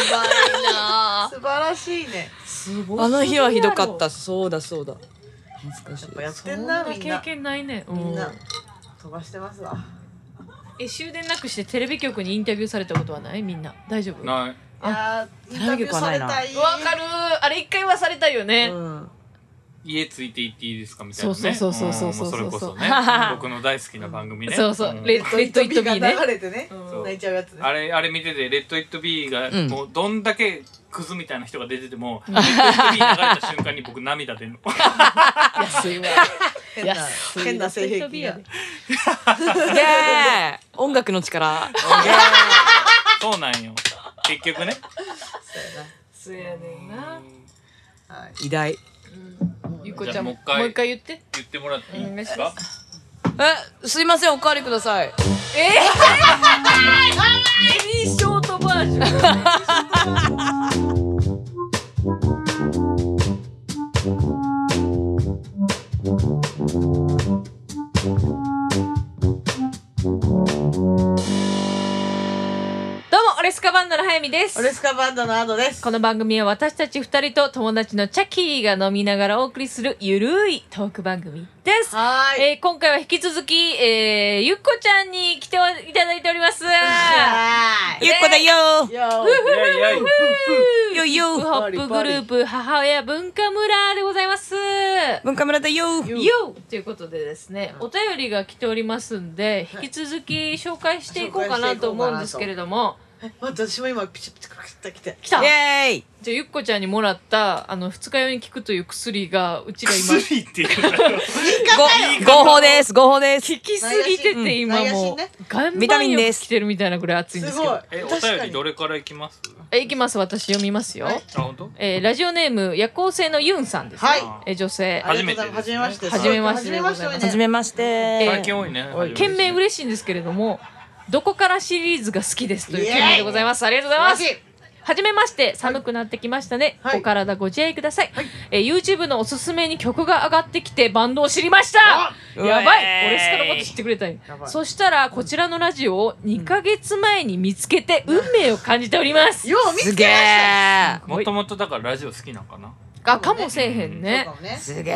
Speaker 1: らしい
Speaker 2: なあ
Speaker 1: 素晴らしいね
Speaker 2: すご
Speaker 3: あの日はひどか
Speaker 2: す
Speaker 3: っ
Speaker 2: ぎやろ
Speaker 3: たそうだそうだ懐かしい
Speaker 1: やっぱやって
Speaker 2: そ
Speaker 1: ん
Speaker 2: ん
Speaker 1: な
Speaker 2: な
Speaker 1: みん
Speaker 2: 経
Speaker 1: な
Speaker 2: 験ないね。う
Speaker 1: みん
Speaker 2: ん。
Speaker 1: な飛ばしてますわ
Speaker 2: え終電なくしてテレビ局にインタビューされたことはないみんな大丈夫わか
Speaker 4: ない
Speaker 1: いやーインタビューされたい
Speaker 2: るあれ一回はされたよね、
Speaker 1: うん
Speaker 4: 家ついて行っていいですかみたいなね
Speaker 2: そうそうそうそうそうそうん
Speaker 4: もそれこそね 僕の大好きな番組ね
Speaker 2: そうそうんレッド・イット・イット・ビーね
Speaker 1: が流れてね
Speaker 2: うん
Speaker 1: 泣いちゃうやつね
Speaker 4: あれあれ見てて「レッド・イット・ビー」が
Speaker 3: うん
Speaker 4: もうどんだけクズみたいな人が出てても「レッド・イット・ビー」流れた瞬間に僕涙出るの
Speaker 2: 安 いわ
Speaker 1: 変な変な性
Speaker 2: レッドイットビ
Speaker 1: 癖
Speaker 2: ーや
Speaker 1: が
Speaker 2: で
Speaker 3: イエーイ音楽の力。
Speaker 4: そうなんよ結局ね
Speaker 2: そうやねんな
Speaker 1: はい
Speaker 3: 偉大。
Speaker 2: ゆっこちゃんもも
Speaker 4: じゃあ
Speaker 2: う
Speaker 4: もう
Speaker 2: 一
Speaker 4: 一回
Speaker 2: 回言って
Speaker 4: 言ってもらっていいですか
Speaker 3: え、すいません、おかわりください。
Speaker 2: えー、 ベリーショートバージョンどうもオレスカバンドの早見です
Speaker 1: オレスカバンドのアドです
Speaker 2: この番組は私たち二人と友達のチャキーが飲みながらお送りするゆるいトーク番組です
Speaker 1: はーい
Speaker 2: えー今回は引き続き、えー、ゆっこちゃんに来ていただいております。ヒ
Speaker 1: は
Speaker 3: ゆっこだよ
Speaker 1: ーいよー
Speaker 4: いやいやいや
Speaker 3: ー。よいよ
Speaker 2: ップ
Speaker 3: ー。
Speaker 2: ホップグループ母親文化村でございます。よ
Speaker 3: 文化村だよー。
Speaker 2: うということでですね、お便りが来ておりますんで、
Speaker 1: はい
Speaker 2: 引き続き紹介していこうかなと思うんですけれども、
Speaker 1: え待って私も今ピチピチピチってきて
Speaker 2: 来た
Speaker 3: イ
Speaker 2: じゃ
Speaker 3: エーイ。
Speaker 2: あゆっこちゃんにもらった、あの、二日酔いに効くという薬が、うちが 今、効
Speaker 4: 薬って言うんだよ
Speaker 3: ご、合法です。合法です。
Speaker 2: きすぎてて今
Speaker 1: ナイアシ
Speaker 2: も
Speaker 1: ンね
Speaker 2: う、岩盤
Speaker 3: ビタミン
Speaker 2: 浴
Speaker 3: です
Speaker 2: 来てるみたいなぐらい熱いんですすけど。
Speaker 1: ごい
Speaker 4: えお
Speaker 1: 確か
Speaker 4: 便り
Speaker 1: に
Speaker 4: どれからいきます
Speaker 2: えいきます私読みますよ、
Speaker 1: はい
Speaker 4: あ本当
Speaker 2: えーラジオネーム夜行性のユンさんです、
Speaker 1: はい
Speaker 2: えー女性
Speaker 1: ありがとうございます
Speaker 4: 初めてですね
Speaker 1: 初めまして
Speaker 2: 初めましてでございます
Speaker 1: 初
Speaker 3: はじ
Speaker 1: め
Speaker 3: めまして。
Speaker 4: 最近多いね
Speaker 2: 件名嬉しいんですけれどもどこからシリーズが好きですという件名でございますありがとうございま
Speaker 1: まし
Speaker 2: す
Speaker 1: て
Speaker 2: はじめまして寒くなってきましたね、
Speaker 1: はい
Speaker 2: お体ご自愛ください、えー YouTube のおすすめに曲が上がってきてバンドを知りました
Speaker 3: あ
Speaker 2: やばい
Speaker 3: イエーイ
Speaker 2: 俺スカのこと知ってくれたん
Speaker 1: や
Speaker 2: や
Speaker 1: ばい
Speaker 2: そしたらこちらのラジオを2ヶ月前に見つけて運命を感じております
Speaker 1: よう見
Speaker 3: す
Speaker 1: つ
Speaker 3: げ
Speaker 1: けま
Speaker 3: ー。
Speaker 4: もともとだからラジオ好きなんかな
Speaker 2: あかもせえへん
Speaker 1: した
Speaker 2: ね
Speaker 1: そうかもね
Speaker 3: すげー。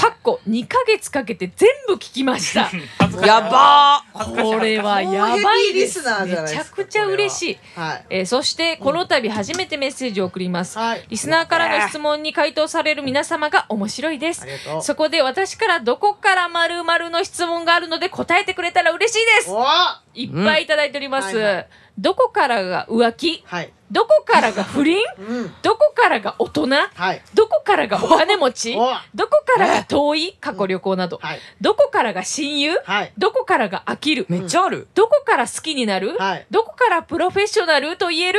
Speaker 2: かっこ2ヶ月かけて全部聞きました
Speaker 4: 恥ずかしい
Speaker 3: やば
Speaker 4: 恥ずかしい
Speaker 2: これはやばいで
Speaker 1: も
Speaker 2: す
Speaker 1: うヘビーリスナーじゃ
Speaker 2: め
Speaker 1: ない
Speaker 2: ち
Speaker 1: で
Speaker 2: ゃ
Speaker 1: すか
Speaker 2: くちゃ嬉しい、
Speaker 1: はい
Speaker 2: えーそしてこの度初めてメッセージを送ります、
Speaker 1: はい
Speaker 2: リスナーからの質問に回答される皆様が面白いで
Speaker 1: あ
Speaker 2: す
Speaker 1: りがとう
Speaker 2: そこで私からどこから〇〇の質問があるので答えてくれたら嬉しいです
Speaker 1: おーはい
Speaker 2: っぱいいただいております、
Speaker 1: うんはいは
Speaker 2: どこからが浮気
Speaker 1: い
Speaker 2: どこからが不倫
Speaker 1: うん
Speaker 2: どこからが大人
Speaker 1: はい
Speaker 2: どこからがお金持ち
Speaker 1: おは
Speaker 2: どこからが遠い過去旅行など、
Speaker 1: い
Speaker 2: どこからが親友
Speaker 1: はい
Speaker 2: どこからが飽きる
Speaker 3: めっちゃある。
Speaker 2: どこから好きになる、
Speaker 1: はい
Speaker 2: どこからプロフェッショナルと言える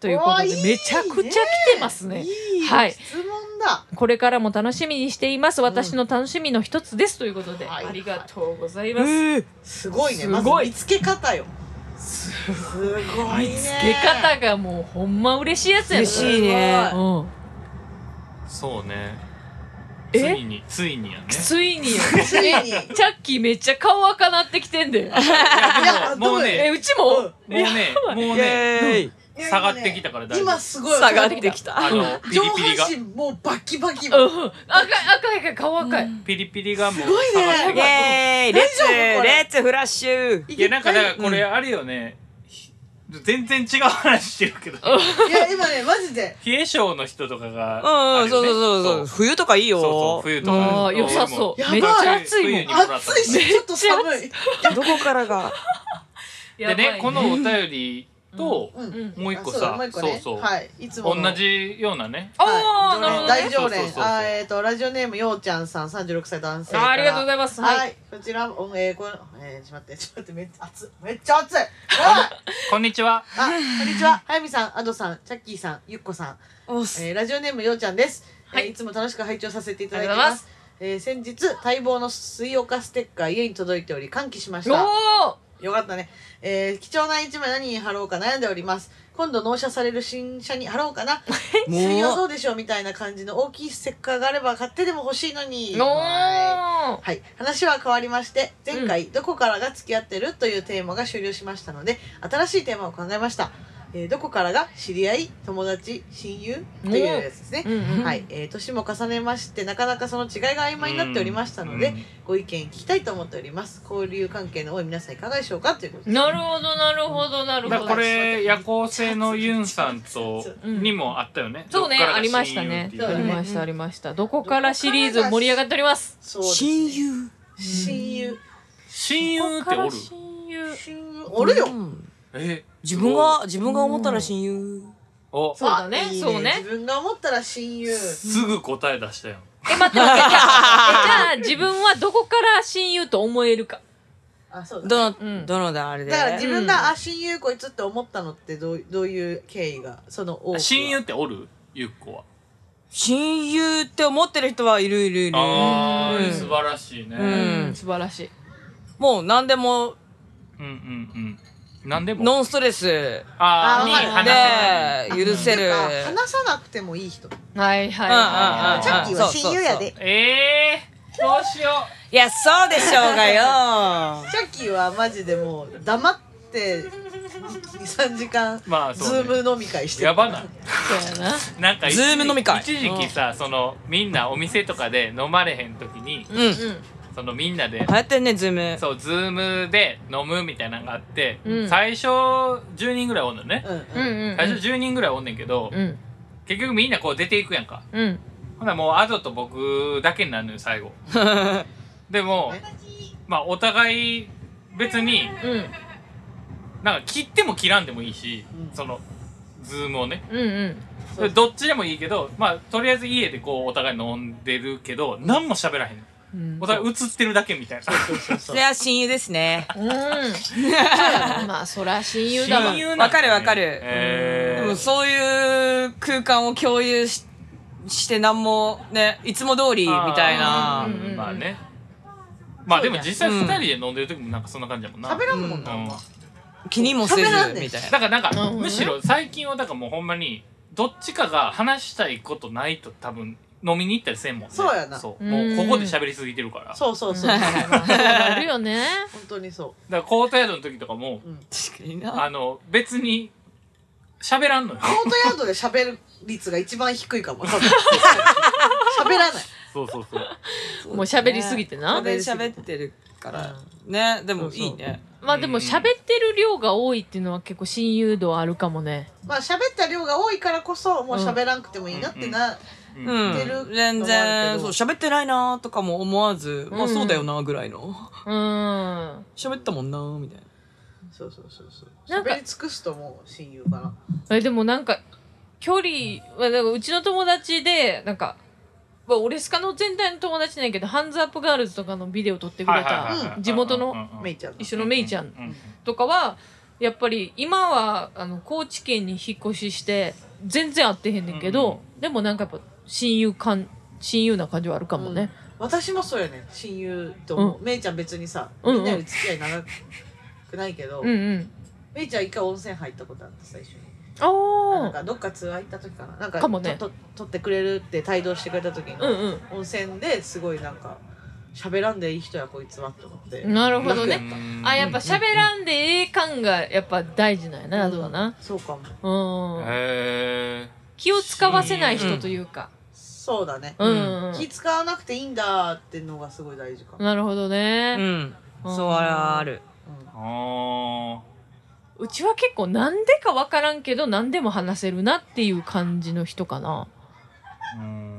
Speaker 2: ということで
Speaker 1: おーいいね
Speaker 2: めちゃくちゃ来てますね。
Speaker 1: いい
Speaker 2: はい
Speaker 1: 質問だ
Speaker 2: これからも楽しみにしています。私の楽しみの一つですということで、
Speaker 1: はい
Speaker 2: ありがとうござい
Speaker 3: え
Speaker 2: ます。
Speaker 1: すごいね
Speaker 2: す
Speaker 1: まず
Speaker 2: ごい
Speaker 1: 見つけ方よすごいね
Speaker 2: 出方がもうほんま嬉しいやつや
Speaker 3: 嬉しいね
Speaker 1: すご
Speaker 2: う
Speaker 1: い
Speaker 2: ん。
Speaker 4: そうね
Speaker 2: え
Speaker 4: ついについにやね
Speaker 2: ついによ。
Speaker 1: ついに
Speaker 2: チャッキーめっちゃ顔赤なってきてんで。
Speaker 4: いやでももう
Speaker 2: え、
Speaker 4: ね
Speaker 2: うちも、
Speaker 4: もうねもう
Speaker 3: イ
Speaker 4: ね
Speaker 3: エーイ。
Speaker 1: いや
Speaker 4: 下がってきたから大丈夫
Speaker 1: 今すごい
Speaker 3: 下がってきた。
Speaker 4: あのピ
Speaker 1: 上
Speaker 4: リピリが
Speaker 1: 半身もうバキバキ
Speaker 2: うん
Speaker 1: 大丈
Speaker 2: うん。赤い、赤いから顔赤い。
Speaker 4: ピリピリがもう
Speaker 1: すごいね
Speaker 4: 下がってく
Speaker 3: イ
Speaker 4: る
Speaker 3: エーイ。レッツ、
Speaker 1: 大丈夫これ
Speaker 3: レッツフラッシュ。
Speaker 1: 夫
Speaker 4: いやなんかだからこれあるよねひ全然違う話してるけど
Speaker 1: いや今ねマジで
Speaker 4: 冷え性の人とかが
Speaker 3: うん
Speaker 4: あ
Speaker 3: う
Speaker 4: る
Speaker 3: ん、
Speaker 4: よ
Speaker 3: そう
Speaker 4: ね
Speaker 3: そうそうそう。冬とかいいよ。
Speaker 4: そうそう冬と
Speaker 2: あ
Speaker 4: か
Speaker 2: ー良さそう
Speaker 4: 俺も
Speaker 1: めっちゃ
Speaker 2: 暑いもん
Speaker 4: 冬にもらった
Speaker 1: 暑いしちょっと寒い
Speaker 3: どこからが。
Speaker 4: で
Speaker 2: やばい
Speaker 4: ねこのお便りと
Speaker 1: うん
Speaker 2: うん
Speaker 4: もう一個さ
Speaker 1: あそうだもう一個
Speaker 4: そう
Speaker 1: ね
Speaker 4: そう
Speaker 1: はいいつもの
Speaker 4: 同じようなね
Speaker 2: あ
Speaker 1: は
Speaker 2: ー
Speaker 1: い
Speaker 2: なるほどね
Speaker 1: 大常
Speaker 4: そうそう
Speaker 1: 連
Speaker 4: そうそう
Speaker 1: あーえっとラジオネームようちゃんさん三十六歳男性
Speaker 2: あありがとうござ
Speaker 1: い
Speaker 2: います。
Speaker 1: はい、
Speaker 2: はい。
Speaker 1: こちらおえー、このえー、ちょっと待ってちょっと待ってめっちゃ熱いめっちゃ熱いあ
Speaker 4: こんにちは
Speaker 1: あこんにちは早見さんアドさんチャッキーさんゆっこさん
Speaker 3: おっす。
Speaker 1: えー、ラジオネームようちゃんです、
Speaker 2: はい
Speaker 1: えーいつも楽しく拝聴させていただいて
Speaker 2: あ
Speaker 1: ま
Speaker 2: り
Speaker 1: す
Speaker 2: がとうございます
Speaker 1: えー先日待望の水曜化ステッカー家に届いており歓喜しまし
Speaker 2: お
Speaker 1: た
Speaker 2: ー
Speaker 1: よかったね、えー貴重な一枚何に貼ろうか悩んでおります今度納車される新車に貼ろうかな水曜どうでしょうみたいな感じの大きいステッカーがあれば買ってでも欲しいのにはい
Speaker 2: おー
Speaker 1: はい話は変わりまして前回「どこからが付き合ってる?」というテーマが終了しましたので新しいテーマを考えました、ええーどこからが知り合い、友達、親友というやつですね。
Speaker 2: うんうん
Speaker 1: はい、えー年も重ねまして、なかなかその違いが曖昧になっておりましたので、
Speaker 4: うん
Speaker 1: ご意見聞きたいと思っております。交流関係の多い皆さんいかがでしょうかということです。
Speaker 2: なるほどなるほどなるほ
Speaker 4: だ
Speaker 2: ど
Speaker 4: からこれ夜行性のユンさんと
Speaker 2: うん
Speaker 4: にもあったよね。
Speaker 2: そうね
Speaker 4: どっからが
Speaker 2: ありましたね
Speaker 4: 親友
Speaker 1: そ
Speaker 4: っ
Speaker 1: う
Speaker 2: あ
Speaker 4: て
Speaker 1: だ
Speaker 2: り
Speaker 4: いう
Speaker 1: ね
Speaker 2: ましたありましたどこからシリーズ盛り上がっております
Speaker 1: そうです
Speaker 3: 親友
Speaker 1: 親友。
Speaker 2: どこから親
Speaker 4: 親友っておる
Speaker 2: 友
Speaker 1: 親友、おるよ、
Speaker 3: うん
Speaker 4: え
Speaker 3: 自分が自分が思ったら親友
Speaker 4: お
Speaker 2: そうだね
Speaker 1: あいい
Speaker 2: そうね
Speaker 1: 自分が思ったら親友。
Speaker 4: すぐ答え出したよ。
Speaker 2: え 待って待ってじゃあえじゃあ自分はどこから親友と思えるか
Speaker 1: あ、そうだ。
Speaker 3: ど
Speaker 2: う
Speaker 3: の
Speaker 2: ん
Speaker 3: どのであれで
Speaker 1: だから自分が、あ、親友こいつって思ったのってどうどういう経緯が、その多くは
Speaker 4: 親友っておるゆっこは。
Speaker 3: 親友って思ってる人はいるいるいる
Speaker 4: あ
Speaker 3: う
Speaker 4: あ
Speaker 3: ん
Speaker 4: 素晴らしいね。
Speaker 3: う
Speaker 4: うん
Speaker 3: ん
Speaker 2: 素晴らしい
Speaker 3: もう何でも
Speaker 4: うんうん。なんでも。
Speaker 3: ノンストレス
Speaker 4: あ
Speaker 1: あ
Speaker 4: あ
Speaker 1: ー
Speaker 4: に
Speaker 1: わかる
Speaker 4: 話せない
Speaker 3: ねえ許せる
Speaker 1: てか話さなくてもいい人。チ
Speaker 2: はいはい
Speaker 3: うんうんうん
Speaker 1: ャッキーは
Speaker 3: そうそうそ
Speaker 1: 親
Speaker 3: う
Speaker 1: 友やで。
Speaker 4: ええどうしよ
Speaker 3: いやそうでしょうがよ
Speaker 1: チャッキーはマジでもう黙って23時間
Speaker 4: う。まあ
Speaker 1: ズ
Speaker 4: そうね。
Speaker 1: ーム飲み会してる
Speaker 4: やばない。
Speaker 2: そうやな
Speaker 4: なんか一
Speaker 3: ズーム飲み会
Speaker 4: 一時期さそのみんなお店とかで飲まれへん時に
Speaker 3: うん流
Speaker 4: そのみんなで
Speaker 3: 行ってんねズーム
Speaker 4: そう、ズームで飲むみたいなのがあって、
Speaker 2: うん
Speaker 4: 最初10人ぐらいおんのね。
Speaker 1: うん
Speaker 2: うんうんうん
Speaker 4: 最初10人ぐらいおんねんけど、
Speaker 2: うん
Speaker 4: 結局みんなこう出ていくやんか。
Speaker 2: うん
Speaker 4: ほなもうアドと僕だけになるのよ、最後。でも
Speaker 1: え、
Speaker 4: まあお互い別に、
Speaker 2: うん
Speaker 4: なんか切っても切らんでもいいし、
Speaker 1: うん
Speaker 4: その、ズームをね。
Speaker 2: うんうん
Speaker 1: そう
Speaker 4: どっちでもいいけど、まあとりあえず家でこうお互い飲んでるけど、何も喋らへ
Speaker 2: う
Speaker 4: んの。
Speaker 2: ん
Speaker 4: お互い映ってるだけみたいな。
Speaker 1: そうそうそ
Speaker 3: そうれは親友ですね
Speaker 2: うんまあそら親友だわ
Speaker 4: 親友なんだね
Speaker 3: わかるわかる
Speaker 4: え
Speaker 3: で
Speaker 4: ー
Speaker 3: もそういう空間を共有しして何もねいつも通りみたい
Speaker 4: あー
Speaker 3: な
Speaker 2: うんうんうん
Speaker 4: まあねまあでも実際
Speaker 3: うん
Speaker 4: 2人で飲んでる時もなんかそんな感じやもん な、
Speaker 1: 食べらんもんな、
Speaker 4: うん
Speaker 1: うん、
Speaker 3: 気にもせず
Speaker 1: 喋らんねん
Speaker 3: みたい
Speaker 4: だ
Speaker 3: な
Speaker 4: からなんか
Speaker 2: なるほどね
Speaker 4: むしろ最近はだからもうほんまにどっちかが話したいことないと多分飲みに行ったりせんもんね
Speaker 1: そうやな
Speaker 4: そう
Speaker 2: うん
Speaker 4: もうここで喋りすぎてるからだか
Speaker 1: そうそうそう、
Speaker 2: うん
Speaker 1: 本
Speaker 2: まあそうなるよね
Speaker 1: 当にそ
Speaker 4: らコートヤードの時とかも
Speaker 1: う、うん、コ
Speaker 3: 確かにな
Speaker 4: あの別に喋らんの
Speaker 1: ー
Speaker 4: よ
Speaker 1: トヤードで喋る率が一番低い かも多分喋らない
Speaker 4: そうそうそう
Speaker 3: も
Speaker 2: もう喋りすぎてな
Speaker 3: 喋ってるからねでもいいね
Speaker 2: まあでも喋ってる量が多いっていうのは結構親友度はあるかもね
Speaker 1: まあ喋った量が多いからこそもう喋らんくてもいいなってな、
Speaker 4: うん、
Speaker 3: うん
Speaker 1: ってる
Speaker 3: 全
Speaker 1: のもある
Speaker 3: 然
Speaker 1: け
Speaker 3: そう
Speaker 1: ど
Speaker 3: 喋ってないなとかも思わずま
Speaker 2: う
Speaker 3: あ
Speaker 2: ん
Speaker 3: そうだよなぐらいの
Speaker 2: うんな
Speaker 3: 喋ったもんなみたいな
Speaker 1: そうそうそうそう
Speaker 2: なんか
Speaker 1: 喋り尽くすともう親友かな
Speaker 2: えでもなんか距離はだからうちの友達でなんかまあ俺スカの全体の友達なんやけどハンズアップガールズとかのビデオ撮ってく
Speaker 4: は
Speaker 2: れ
Speaker 4: いはいはいはい
Speaker 2: た地元
Speaker 4: うんう
Speaker 2: の
Speaker 4: んうん
Speaker 1: メイちゃんの
Speaker 2: 一緒のメイちゃ
Speaker 4: うんん
Speaker 2: とかはやっぱり今はあの高知県に引っ越しして全然会ってへんねんけど、でもなんかやっぱ親友感親友な感じはあるかもね、
Speaker 1: 私もそうやね親友と思う、メイちゃん別にさ
Speaker 2: うん
Speaker 1: み
Speaker 2: うん
Speaker 1: んなより付き合い長くないけど、
Speaker 2: うん、うんうん
Speaker 1: メイちゃん一回温泉入ったことあって最初に
Speaker 2: あ
Speaker 1: なん
Speaker 2: あ
Speaker 1: かどっかツアー行った時かななんか
Speaker 2: かもね
Speaker 1: とと取ってくれるって帯同してくれた時に、
Speaker 2: うんうん
Speaker 1: 温泉ですごいなんか喋らんでいい人やこいつはと思って
Speaker 2: なるほどね。
Speaker 4: うん
Speaker 2: あ、やっぱ喋らんでええ感がやっぱ大事なんやな、あとはな。
Speaker 1: そうかも
Speaker 2: うん。
Speaker 4: へえ
Speaker 2: 気を使わせない人というか。
Speaker 1: そうだね、
Speaker 2: うんん
Speaker 4: う
Speaker 2: うんんうん。
Speaker 1: 気使わなくていいんだってのがすごい大事かも、
Speaker 2: なるほど
Speaker 3: う
Speaker 2: ね。
Speaker 3: ん
Speaker 2: うん
Speaker 3: そうあれはある
Speaker 1: うん
Speaker 4: あー
Speaker 2: うちは結構なんでかわからんけど何でも話せるなっていう感じの人かな。
Speaker 4: うん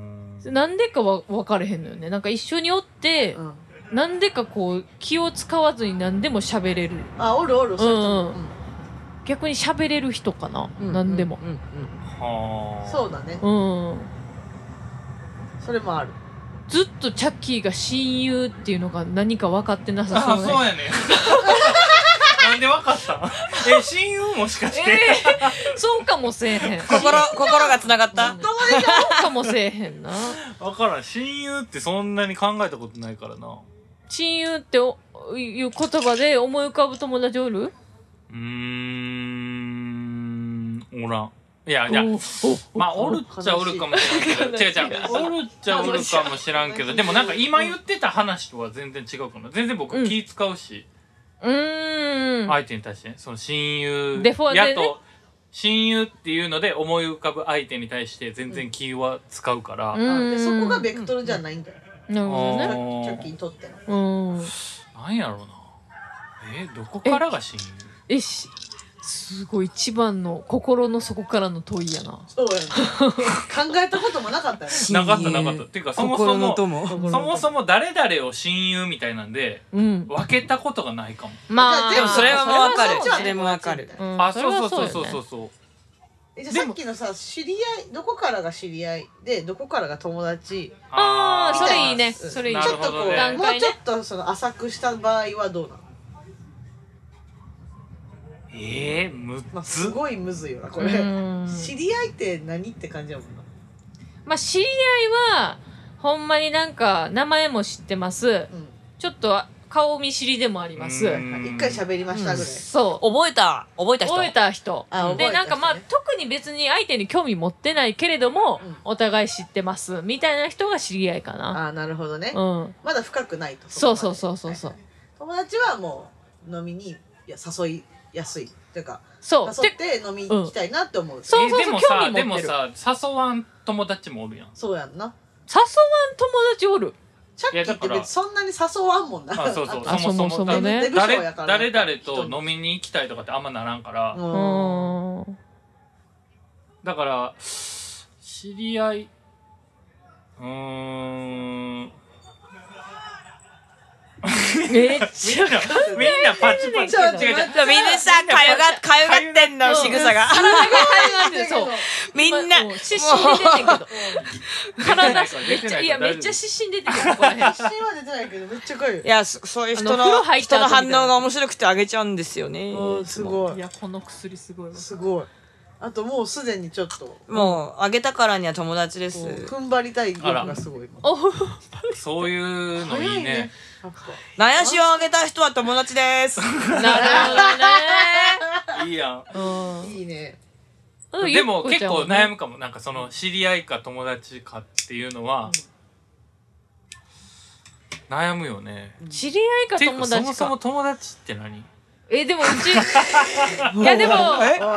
Speaker 2: なんでかわ分かれへんのよね。なんか一緒におって、
Speaker 1: うん
Speaker 2: なんでかこう気を使わずに何でも喋れる。
Speaker 1: あおるおるそういう人も
Speaker 2: うん逆に喋れる人かな。
Speaker 3: うん
Speaker 2: 何でも
Speaker 3: う。んうん
Speaker 4: は
Speaker 1: う
Speaker 4: あ
Speaker 1: んそうだね
Speaker 2: うん。
Speaker 1: それもある
Speaker 2: ずっとチャッキーが親友っていうのが何か分かってなさそう
Speaker 4: あ、
Speaker 2: ね
Speaker 4: そうやね。なんでわかったんえ、親友もしかして。
Speaker 2: えー、そうかもせえへん。そう
Speaker 3: 心心がつながった
Speaker 2: かもせえへんな。
Speaker 4: わからん。親友ってそんなに考えたことないからな。
Speaker 2: 親友っておいう言葉で思い浮かぶ友達おる
Speaker 4: うーん、おらん。いや、いや、
Speaker 2: お
Speaker 4: まあ、おるっちゃおるかもしれんけど、違う違う、おるっちゃおるかもしらんけど、でもなんか今言ってた話とは全然違うかな。全然僕気使うし、
Speaker 2: うーん。
Speaker 4: 相手に対してね、その親友
Speaker 2: デフォでね
Speaker 4: やと、親友っていうので思い浮かぶ相手に対して全然気は使うから、
Speaker 2: うん
Speaker 1: あでそこがベクトルじゃないんだよ、
Speaker 2: なるほど
Speaker 4: うん
Speaker 2: ね。
Speaker 1: 直近取っての
Speaker 2: うん。
Speaker 4: なんやろうなえどこからが親友
Speaker 2: えし、すごい一番の心の底からの問いやな。
Speaker 1: そうやね考えたこともなかったよね
Speaker 4: なかったなかったっていうかそもそ
Speaker 3: 心の
Speaker 4: もそ
Speaker 3: 友。
Speaker 4: もそも誰々を親友みたいなんで
Speaker 2: うん。
Speaker 4: 分けたことがないかも、
Speaker 2: まあ、
Speaker 1: じゃあ全部
Speaker 3: でもそれはもうわか
Speaker 1: そ
Speaker 3: る。
Speaker 1: っちは
Speaker 3: それもわかる。
Speaker 2: うん
Speaker 4: あそうそうそうそう
Speaker 2: れは
Speaker 4: そう
Speaker 2: よね
Speaker 4: そう、
Speaker 1: えじゃあさっきのさ知り合いどこからが知り合いでどこからが友達
Speaker 2: あー
Speaker 4: ー
Speaker 2: それいいね。
Speaker 1: うん
Speaker 2: それいい
Speaker 4: な
Speaker 1: ち
Speaker 4: る
Speaker 1: ょっ
Speaker 4: ほ
Speaker 1: と
Speaker 4: ど
Speaker 1: こう、
Speaker 4: ね
Speaker 2: 段
Speaker 1: もう
Speaker 2: 階
Speaker 1: ち
Speaker 2: ね
Speaker 1: ょっとその浅くした場合はどうなの、
Speaker 4: ええー、む
Speaker 1: まあ、す
Speaker 4: ず
Speaker 1: ごいむずいよなこれ、
Speaker 2: うん
Speaker 1: 知り合いって何って感じやもんな
Speaker 2: まあ、知り合いは、ほんまになんか、名前も知ってます。
Speaker 1: う
Speaker 2: ちょっと、顔見知りでもあります。
Speaker 1: ん一回喋りましたぐらい、
Speaker 2: そう。
Speaker 3: 覚えた。覚えた人。
Speaker 2: 覚えた人。
Speaker 1: あ覚えた人ね
Speaker 2: で、なんかまあ、特に別に相手に興味持ってないけれども、
Speaker 1: うん
Speaker 2: お互い知ってます。みたいな人が知り合いかな。
Speaker 1: ああなるほどね、
Speaker 2: うん。
Speaker 1: まだ深くないとこ
Speaker 2: そう
Speaker 1: ま
Speaker 2: そう
Speaker 1: で
Speaker 2: そうそうそう
Speaker 1: はいはい友達はもう飲みにいや誘いやすいっていうか
Speaker 2: そう。
Speaker 1: 誘っ
Speaker 2: で、
Speaker 1: て飲みに行きたいなって思う、
Speaker 2: そうそう
Speaker 4: えで
Speaker 2: そう、
Speaker 4: も
Speaker 2: 興
Speaker 4: さで
Speaker 2: 味持っ
Speaker 4: も
Speaker 2: てる。誘わん
Speaker 4: さ誘わん友達もお るやん
Speaker 1: そうやんな
Speaker 2: 友達おる。
Speaker 1: チャッキーって別にそんなに誘わんもんな
Speaker 4: あそうそう
Speaker 2: あ、そ
Speaker 4: そ
Speaker 2: も
Speaker 4: も
Speaker 2: そ
Speaker 4: そも
Speaker 2: もね
Speaker 1: 全。部
Speaker 4: 誰
Speaker 1: そうやから
Speaker 4: 誰々と飲みに行きたいとかってあんまならんから、
Speaker 1: う
Speaker 2: うんん。
Speaker 4: だから知り合いうーん
Speaker 2: めっちゃ。
Speaker 4: みんなパチパチ
Speaker 1: ちょっと待って
Speaker 4: 違う違う
Speaker 3: そうみんなさ、かゆが、かゆがってんの、仕草が。
Speaker 2: 体がってるそう。
Speaker 3: みんな
Speaker 2: もう、失神出てんけど。体、め
Speaker 4: 出
Speaker 2: ってち
Speaker 4: な
Speaker 2: ゃ、
Speaker 4: い
Speaker 2: いや、めっちゃ失神出てるよ、ここら辺。
Speaker 1: 写真は出てないけどめっちゃかゆい
Speaker 3: いや、そそういう人
Speaker 2: あの風呂
Speaker 3: の、
Speaker 2: 入った
Speaker 3: 人
Speaker 2: 後
Speaker 3: の
Speaker 2: みた
Speaker 3: 反
Speaker 2: い
Speaker 3: 応
Speaker 2: な
Speaker 3: が面白くてあげちゃうんですよね。
Speaker 1: うんすご
Speaker 2: い
Speaker 1: い
Speaker 2: や、この薬すごいわ。
Speaker 1: すごいあともうすでにちょっとこ
Speaker 3: もう、あげたからには友達で
Speaker 1: う
Speaker 3: す。
Speaker 1: 踏ん張りたい力がすごい
Speaker 2: お
Speaker 4: そういうの
Speaker 1: 早
Speaker 4: いい
Speaker 1: いね
Speaker 4: ね
Speaker 1: やっぱ
Speaker 3: なやしをあげた人は友達です。
Speaker 2: なるほどね。
Speaker 4: い いや
Speaker 2: うん
Speaker 1: いいね
Speaker 2: うん。
Speaker 4: でも
Speaker 2: ゆっこ
Speaker 4: 結
Speaker 2: ちゃん
Speaker 4: 構
Speaker 2: はね
Speaker 4: 悩むかもなんかその知り合いか友達かっていうのは悩むよね
Speaker 2: 知り合いか
Speaker 4: ていう
Speaker 2: 友
Speaker 4: か
Speaker 2: 達か
Speaker 4: そもそも友達って何
Speaker 2: えでもうちいやで も
Speaker 1: おいおいおいお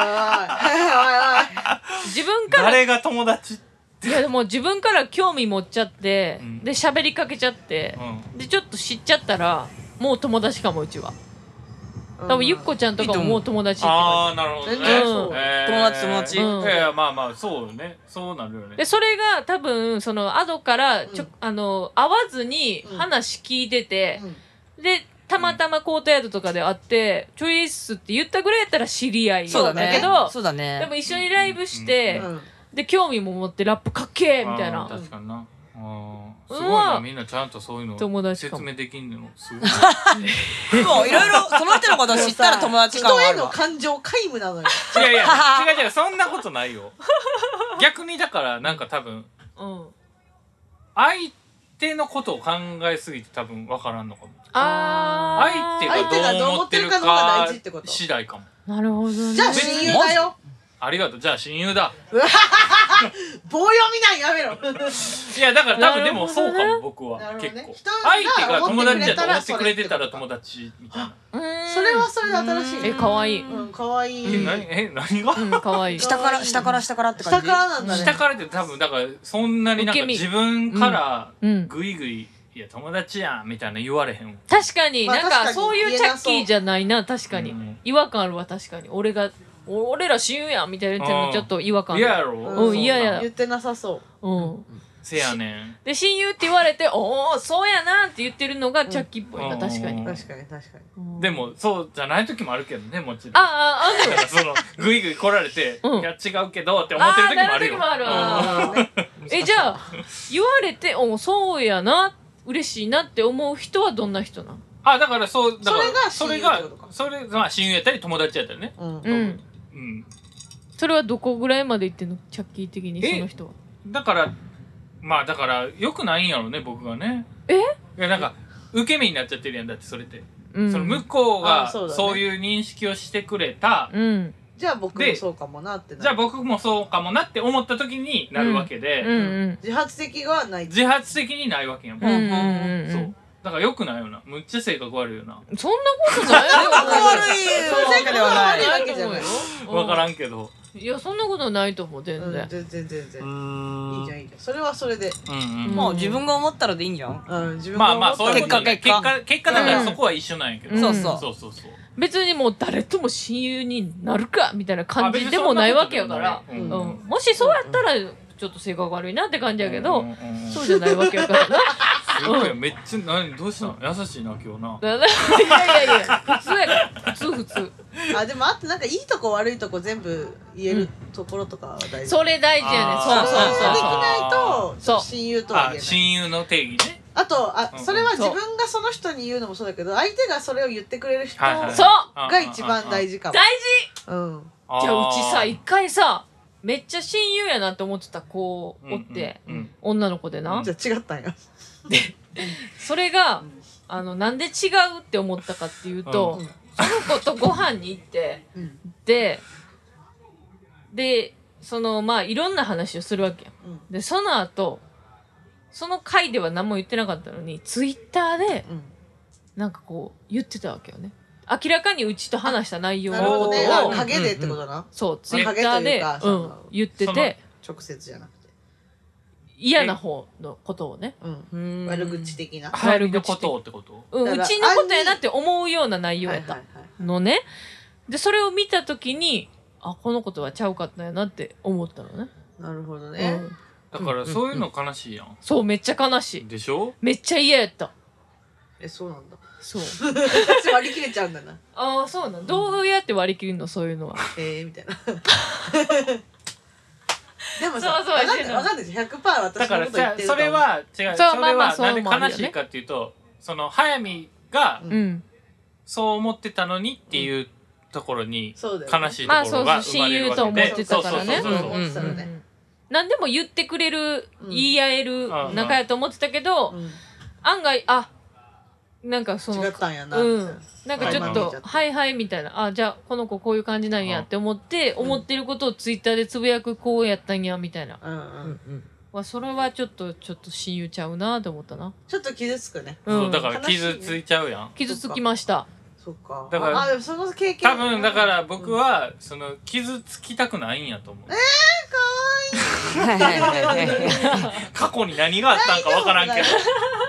Speaker 2: 自分から
Speaker 4: 誰が友達って
Speaker 2: いやでも自分から興味持っちゃって、
Speaker 4: うん
Speaker 2: で喋りかけちゃって
Speaker 4: う、ん
Speaker 2: でちょっと知っちゃったらもう友達かもうちはい 多分ゆっこちゃんとかももう友達って感
Speaker 4: ああーなるほどね
Speaker 1: 全然そう
Speaker 4: えー
Speaker 3: 友達友達
Speaker 2: うん
Speaker 4: いやいやまあまあそうよねそうなるよね
Speaker 2: じでそれが多分そのアドからちょ、
Speaker 1: うん
Speaker 2: あの会わずに
Speaker 1: うん
Speaker 2: 話聞いてて
Speaker 1: う、ん
Speaker 2: でたまたまコートヤードとかで会って、チョイスって言ったぐらいやったら知り合い
Speaker 3: そうだね。
Speaker 2: けど
Speaker 3: そうだ
Speaker 2: でも
Speaker 3: ね。
Speaker 2: 一緒にライブして、
Speaker 1: うん
Speaker 2: で興味も持ってラップかっけーみたい
Speaker 4: あー
Speaker 2: な
Speaker 4: 確かになうん
Speaker 2: う
Speaker 4: す
Speaker 2: わ
Speaker 4: ごいなみんなちゃんとそういう
Speaker 2: 友
Speaker 4: の
Speaker 2: 達か
Speaker 4: 説
Speaker 2: も
Speaker 4: 明できんのす ごい
Speaker 3: でも、いろいろ、その人のこと知ったら友達感
Speaker 1: 人
Speaker 3: はあ
Speaker 1: へ
Speaker 3: る
Speaker 1: の
Speaker 3: わ。
Speaker 1: 感情皆無なのよ
Speaker 4: いやいや違う違うそんなことな いよ逆にだからなんか多分
Speaker 2: うん
Speaker 4: 相手のことを考えすぎて多分分からんのかも
Speaker 2: あ
Speaker 4: 相
Speaker 2: ー
Speaker 4: 手
Speaker 1: 相手が
Speaker 4: が
Speaker 1: ど
Speaker 4: ど
Speaker 1: う
Speaker 4: う
Speaker 1: 思
Speaker 4: 思
Speaker 1: っ
Speaker 4: ってて
Speaker 1: る
Speaker 4: る
Speaker 1: かの方が
Speaker 4: か
Speaker 1: 大事ってこと
Speaker 4: 次第かも
Speaker 2: なるほどね
Speaker 1: じゃあ親友だよ
Speaker 4: ありがとうじゃあ親友だ
Speaker 1: 棒読みなんやめろ
Speaker 4: いやだから多分で
Speaker 2: な
Speaker 4: も
Speaker 2: るほ
Speaker 4: そう
Speaker 2: どね
Speaker 4: かも僕は
Speaker 1: なるほどね
Speaker 4: 結構
Speaker 1: 人
Speaker 4: 相手
Speaker 1: が
Speaker 4: が
Speaker 1: 思
Speaker 4: 友
Speaker 1: ってく
Speaker 4: 達
Speaker 1: れた
Speaker 4: だと
Speaker 1: ら
Speaker 4: 思ってくれてたら友達みたいな
Speaker 2: うーん
Speaker 1: それはそれで新しい
Speaker 2: え可愛い
Speaker 1: うん可愛
Speaker 4: え
Speaker 1: い
Speaker 4: 何え何が
Speaker 2: うん 可愛い
Speaker 3: 下から、下から、下からって
Speaker 1: 下
Speaker 3: 感じ。
Speaker 1: からなんだね
Speaker 4: 下からって多分だからそんなになん
Speaker 2: 受け
Speaker 4: か
Speaker 2: 身
Speaker 4: 自分から
Speaker 2: うん
Speaker 4: グイグイ「いや友達やん」みたいな言われへんわ
Speaker 2: 確かに、
Speaker 1: まあ
Speaker 2: なん
Speaker 1: 確か
Speaker 2: か
Speaker 1: に
Speaker 2: そういうチャッキーじゃないな確かに、
Speaker 4: うん
Speaker 2: 違和感あるわ確かに俺がお俺ら親友やんみたいな言ってる
Speaker 4: う
Speaker 2: の
Speaker 4: ん
Speaker 2: ちょっと違和感ある
Speaker 4: 嫌やろ
Speaker 1: うん
Speaker 4: そな
Speaker 2: 嫌や
Speaker 1: 言ってなさそう
Speaker 2: うん、
Speaker 4: せやねん
Speaker 2: で親友って言われて「おおそうやな」って言ってるのがチャッキーっぽいな、
Speaker 4: うん
Speaker 2: 確かに、
Speaker 4: うん
Speaker 1: 確かに確かに
Speaker 2: うん
Speaker 4: でもそうじゃない時もあるけどねもちろん
Speaker 2: あああんの
Speaker 4: だからそのグイグイ来られて「
Speaker 2: うん
Speaker 4: いや違うけど」って思ってる
Speaker 2: あ
Speaker 4: 時
Speaker 2: ー
Speaker 4: もあ
Speaker 2: な
Speaker 4: る
Speaker 2: る時
Speaker 4: よ
Speaker 2: もある
Speaker 4: うん
Speaker 2: わえじゃあ言われて「おそうやな嬉しいな」って思う人はどんな人なん
Speaker 4: あだからそうだから
Speaker 1: そ
Speaker 4: そ
Speaker 1: れが
Speaker 4: れ
Speaker 1: 親友っ
Speaker 4: が
Speaker 1: てことか
Speaker 4: それまあ親友やったり友達やったりね
Speaker 1: うん
Speaker 2: うん
Speaker 4: うん
Speaker 2: それはどこぐらいまでいってんのチャッキー的にその人は
Speaker 4: だからまあだからよくないんやろね僕がね
Speaker 2: え
Speaker 4: いやなんか受け身になっちゃってるやんだってそれって
Speaker 2: うん
Speaker 4: その向こう
Speaker 1: あ
Speaker 4: が
Speaker 1: そうだね
Speaker 4: そういう認識をしてくれた、
Speaker 2: うん
Speaker 1: じゃあ僕もそうかもなってなる
Speaker 4: じゃあ僕もそうかもなって思った時になるわけで、
Speaker 2: うんうん
Speaker 1: 自発的はない
Speaker 4: 自発的にないわけやん、
Speaker 2: うんうんう
Speaker 4: そ
Speaker 2: ん
Speaker 4: うだからよくないよなむっちゃ性格悪いよな
Speaker 2: うんそんなことないよ
Speaker 3: 悪いわけではない。
Speaker 1: 悪いわけじゃない
Speaker 2: うん
Speaker 4: 分からんけど
Speaker 2: いやそんなことないと思う全
Speaker 1: うん、
Speaker 2: 然
Speaker 1: 全、然全然、
Speaker 4: ん
Speaker 1: いいじゃんいいじゃんそれはそれで、
Speaker 4: うんうん
Speaker 2: ん
Speaker 3: もう自分が思ったらでいいんじゃん
Speaker 1: うん、自分
Speaker 4: ま
Speaker 1: が
Speaker 4: あま
Speaker 1: 思
Speaker 4: あ
Speaker 1: っ
Speaker 4: そういう
Speaker 1: たこと
Speaker 4: こ
Speaker 1: と
Speaker 4: ね
Speaker 3: 結
Speaker 4: 結
Speaker 3: 果
Speaker 4: 果結果だか
Speaker 2: うん
Speaker 4: らそこは一緒なんやけど、
Speaker 2: うん
Speaker 3: そうそ
Speaker 4: そうそうそう
Speaker 2: 別にもう誰とも親友になるかみたいな感じでもないわけやから、
Speaker 4: あ別に
Speaker 2: う
Speaker 4: そんなことでもない
Speaker 2: ん、もしそうやったらちょっと性格悪いなって感じやけど、
Speaker 4: うんうんうんうん
Speaker 2: そうじゃないわけやから な
Speaker 4: すごいよめっちゃ何どうしたの優しいな今日な
Speaker 2: だからいやいやいや普通やから普通普通
Speaker 1: あでもあとなんかいいとこ悪いとこ全部言えるところとかは大事、
Speaker 2: それ大事やね
Speaker 4: あ
Speaker 2: そう
Speaker 4: ー
Speaker 2: そうそ
Speaker 1: で
Speaker 2: う
Speaker 1: き
Speaker 2: そう
Speaker 1: ないと
Speaker 2: そう
Speaker 1: 親友とは言
Speaker 4: あ
Speaker 1: えない
Speaker 4: 親友の定義ね
Speaker 1: あとあ、
Speaker 4: うん
Speaker 1: それは自分がその人に言うのもそうだけど相手がそれを言ってくれる人
Speaker 4: はいはい
Speaker 2: そう
Speaker 1: が一番大
Speaker 4: 事
Speaker 1: 事か
Speaker 2: 大
Speaker 1: も、
Speaker 2: 事
Speaker 1: うん、
Speaker 2: じゃあうちさ一回さめっちゃ親友やなって思ってた子おって、
Speaker 4: うんうんうん
Speaker 2: 女の子でな、
Speaker 4: うん
Speaker 1: じゃあ違ったんや
Speaker 2: それがあのなんで違うって思ったかっていうと、
Speaker 1: うん
Speaker 2: その子とご飯に行って
Speaker 1: うん
Speaker 2: ででそのまあいろんな話をするわけや
Speaker 1: うん
Speaker 2: でその後その回では何も言ってなかったのにツイッターで
Speaker 1: うん
Speaker 2: なんかこう言ってたわけよね明らかにうちと話した内容
Speaker 1: なるほどね
Speaker 4: お
Speaker 1: あ
Speaker 4: ー
Speaker 1: 影でってことな、
Speaker 2: そうツイッターで
Speaker 1: 影というか
Speaker 2: う
Speaker 1: そ
Speaker 2: ん
Speaker 1: の
Speaker 2: 言って
Speaker 4: その
Speaker 2: て
Speaker 1: 直接じゃなくて、
Speaker 2: 嫌な方のことをね
Speaker 1: うん、
Speaker 3: うん
Speaker 1: 悪口的な、
Speaker 4: 早見のことをってこと
Speaker 2: うん
Speaker 1: だか
Speaker 2: う
Speaker 1: ら
Speaker 2: ちのことやなって思うような内容
Speaker 1: は
Speaker 2: や
Speaker 1: い
Speaker 2: った
Speaker 1: はいはい
Speaker 2: のね。で、それを見たときに、あ、このことはちゃうかったんやなって思ったのね。
Speaker 1: なるほど
Speaker 2: う
Speaker 1: ね、
Speaker 2: ん、
Speaker 4: だからそういうの悲しいやん
Speaker 2: そう、めっちゃ悲しい。
Speaker 4: でしょ
Speaker 2: めっちゃ嫌やった。
Speaker 1: えそうなんだ
Speaker 2: そう。
Speaker 1: 割り切れちゃうんだな
Speaker 2: ああ、そうなん。どうやって割り切るのそういうのは。
Speaker 1: えー、みたいな でも
Speaker 2: そ
Speaker 1: さ
Speaker 2: うそう
Speaker 1: 分かんない分かんないじゃん100%
Speaker 4: だ
Speaker 1: 私
Speaker 4: か
Speaker 1: の
Speaker 4: ら
Speaker 1: こと言っ
Speaker 4: さ
Speaker 1: てると
Speaker 4: それは違う
Speaker 2: う
Speaker 4: それ
Speaker 2: まあまあ
Speaker 4: は
Speaker 2: そう
Speaker 4: なんで
Speaker 2: もあるよ
Speaker 4: 悲
Speaker 2: ね
Speaker 4: しいかっていうとその早見が
Speaker 1: うん
Speaker 2: うん。
Speaker 4: そう思ってたのにっていうところに
Speaker 1: そうだよ、ね、
Speaker 4: 悲しいところが生まれるわけで、
Speaker 2: まあそうそう親友と思ってたからね
Speaker 4: そうそうそうそう
Speaker 3: うん
Speaker 1: そうだね
Speaker 2: 何でも言ってくれる、
Speaker 1: うん
Speaker 2: 言い合える
Speaker 4: うん
Speaker 2: 仲やと思ってたけど、
Speaker 1: うん
Speaker 2: 案外、あ、なんかその
Speaker 1: 違、ったんやな、
Speaker 2: うん、なんかちょっ
Speaker 1: はい
Speaker 2: と「はいはい」みたいな「あじゃあこの子こういう感じなんや」って思って、思ってることをツイッターでつぶやくこうやったんやみたいな
Speaker 1: うん
Speaker 3: う
Speaker 1: うんん、
Speaker 3: うん
Speaker 2: わそれはちょっとちょっと親友ちゃうなと思ったな、
Speaker 1: ちょっと傷つくね
Speaker 2: うん、
Speaker 4: そうだから傷ついちゃうやん
Speaker 2: 傷つきました
Speaker 1: そっか
Speaker 4: だから
Speaker 1: ああでもその経験
Speaker 4: 多分だから僕はその傷つきたくないんやと思う
Speaker 3: はいはいはいはい
Speaker 4: 過去に何があったんかわからんけど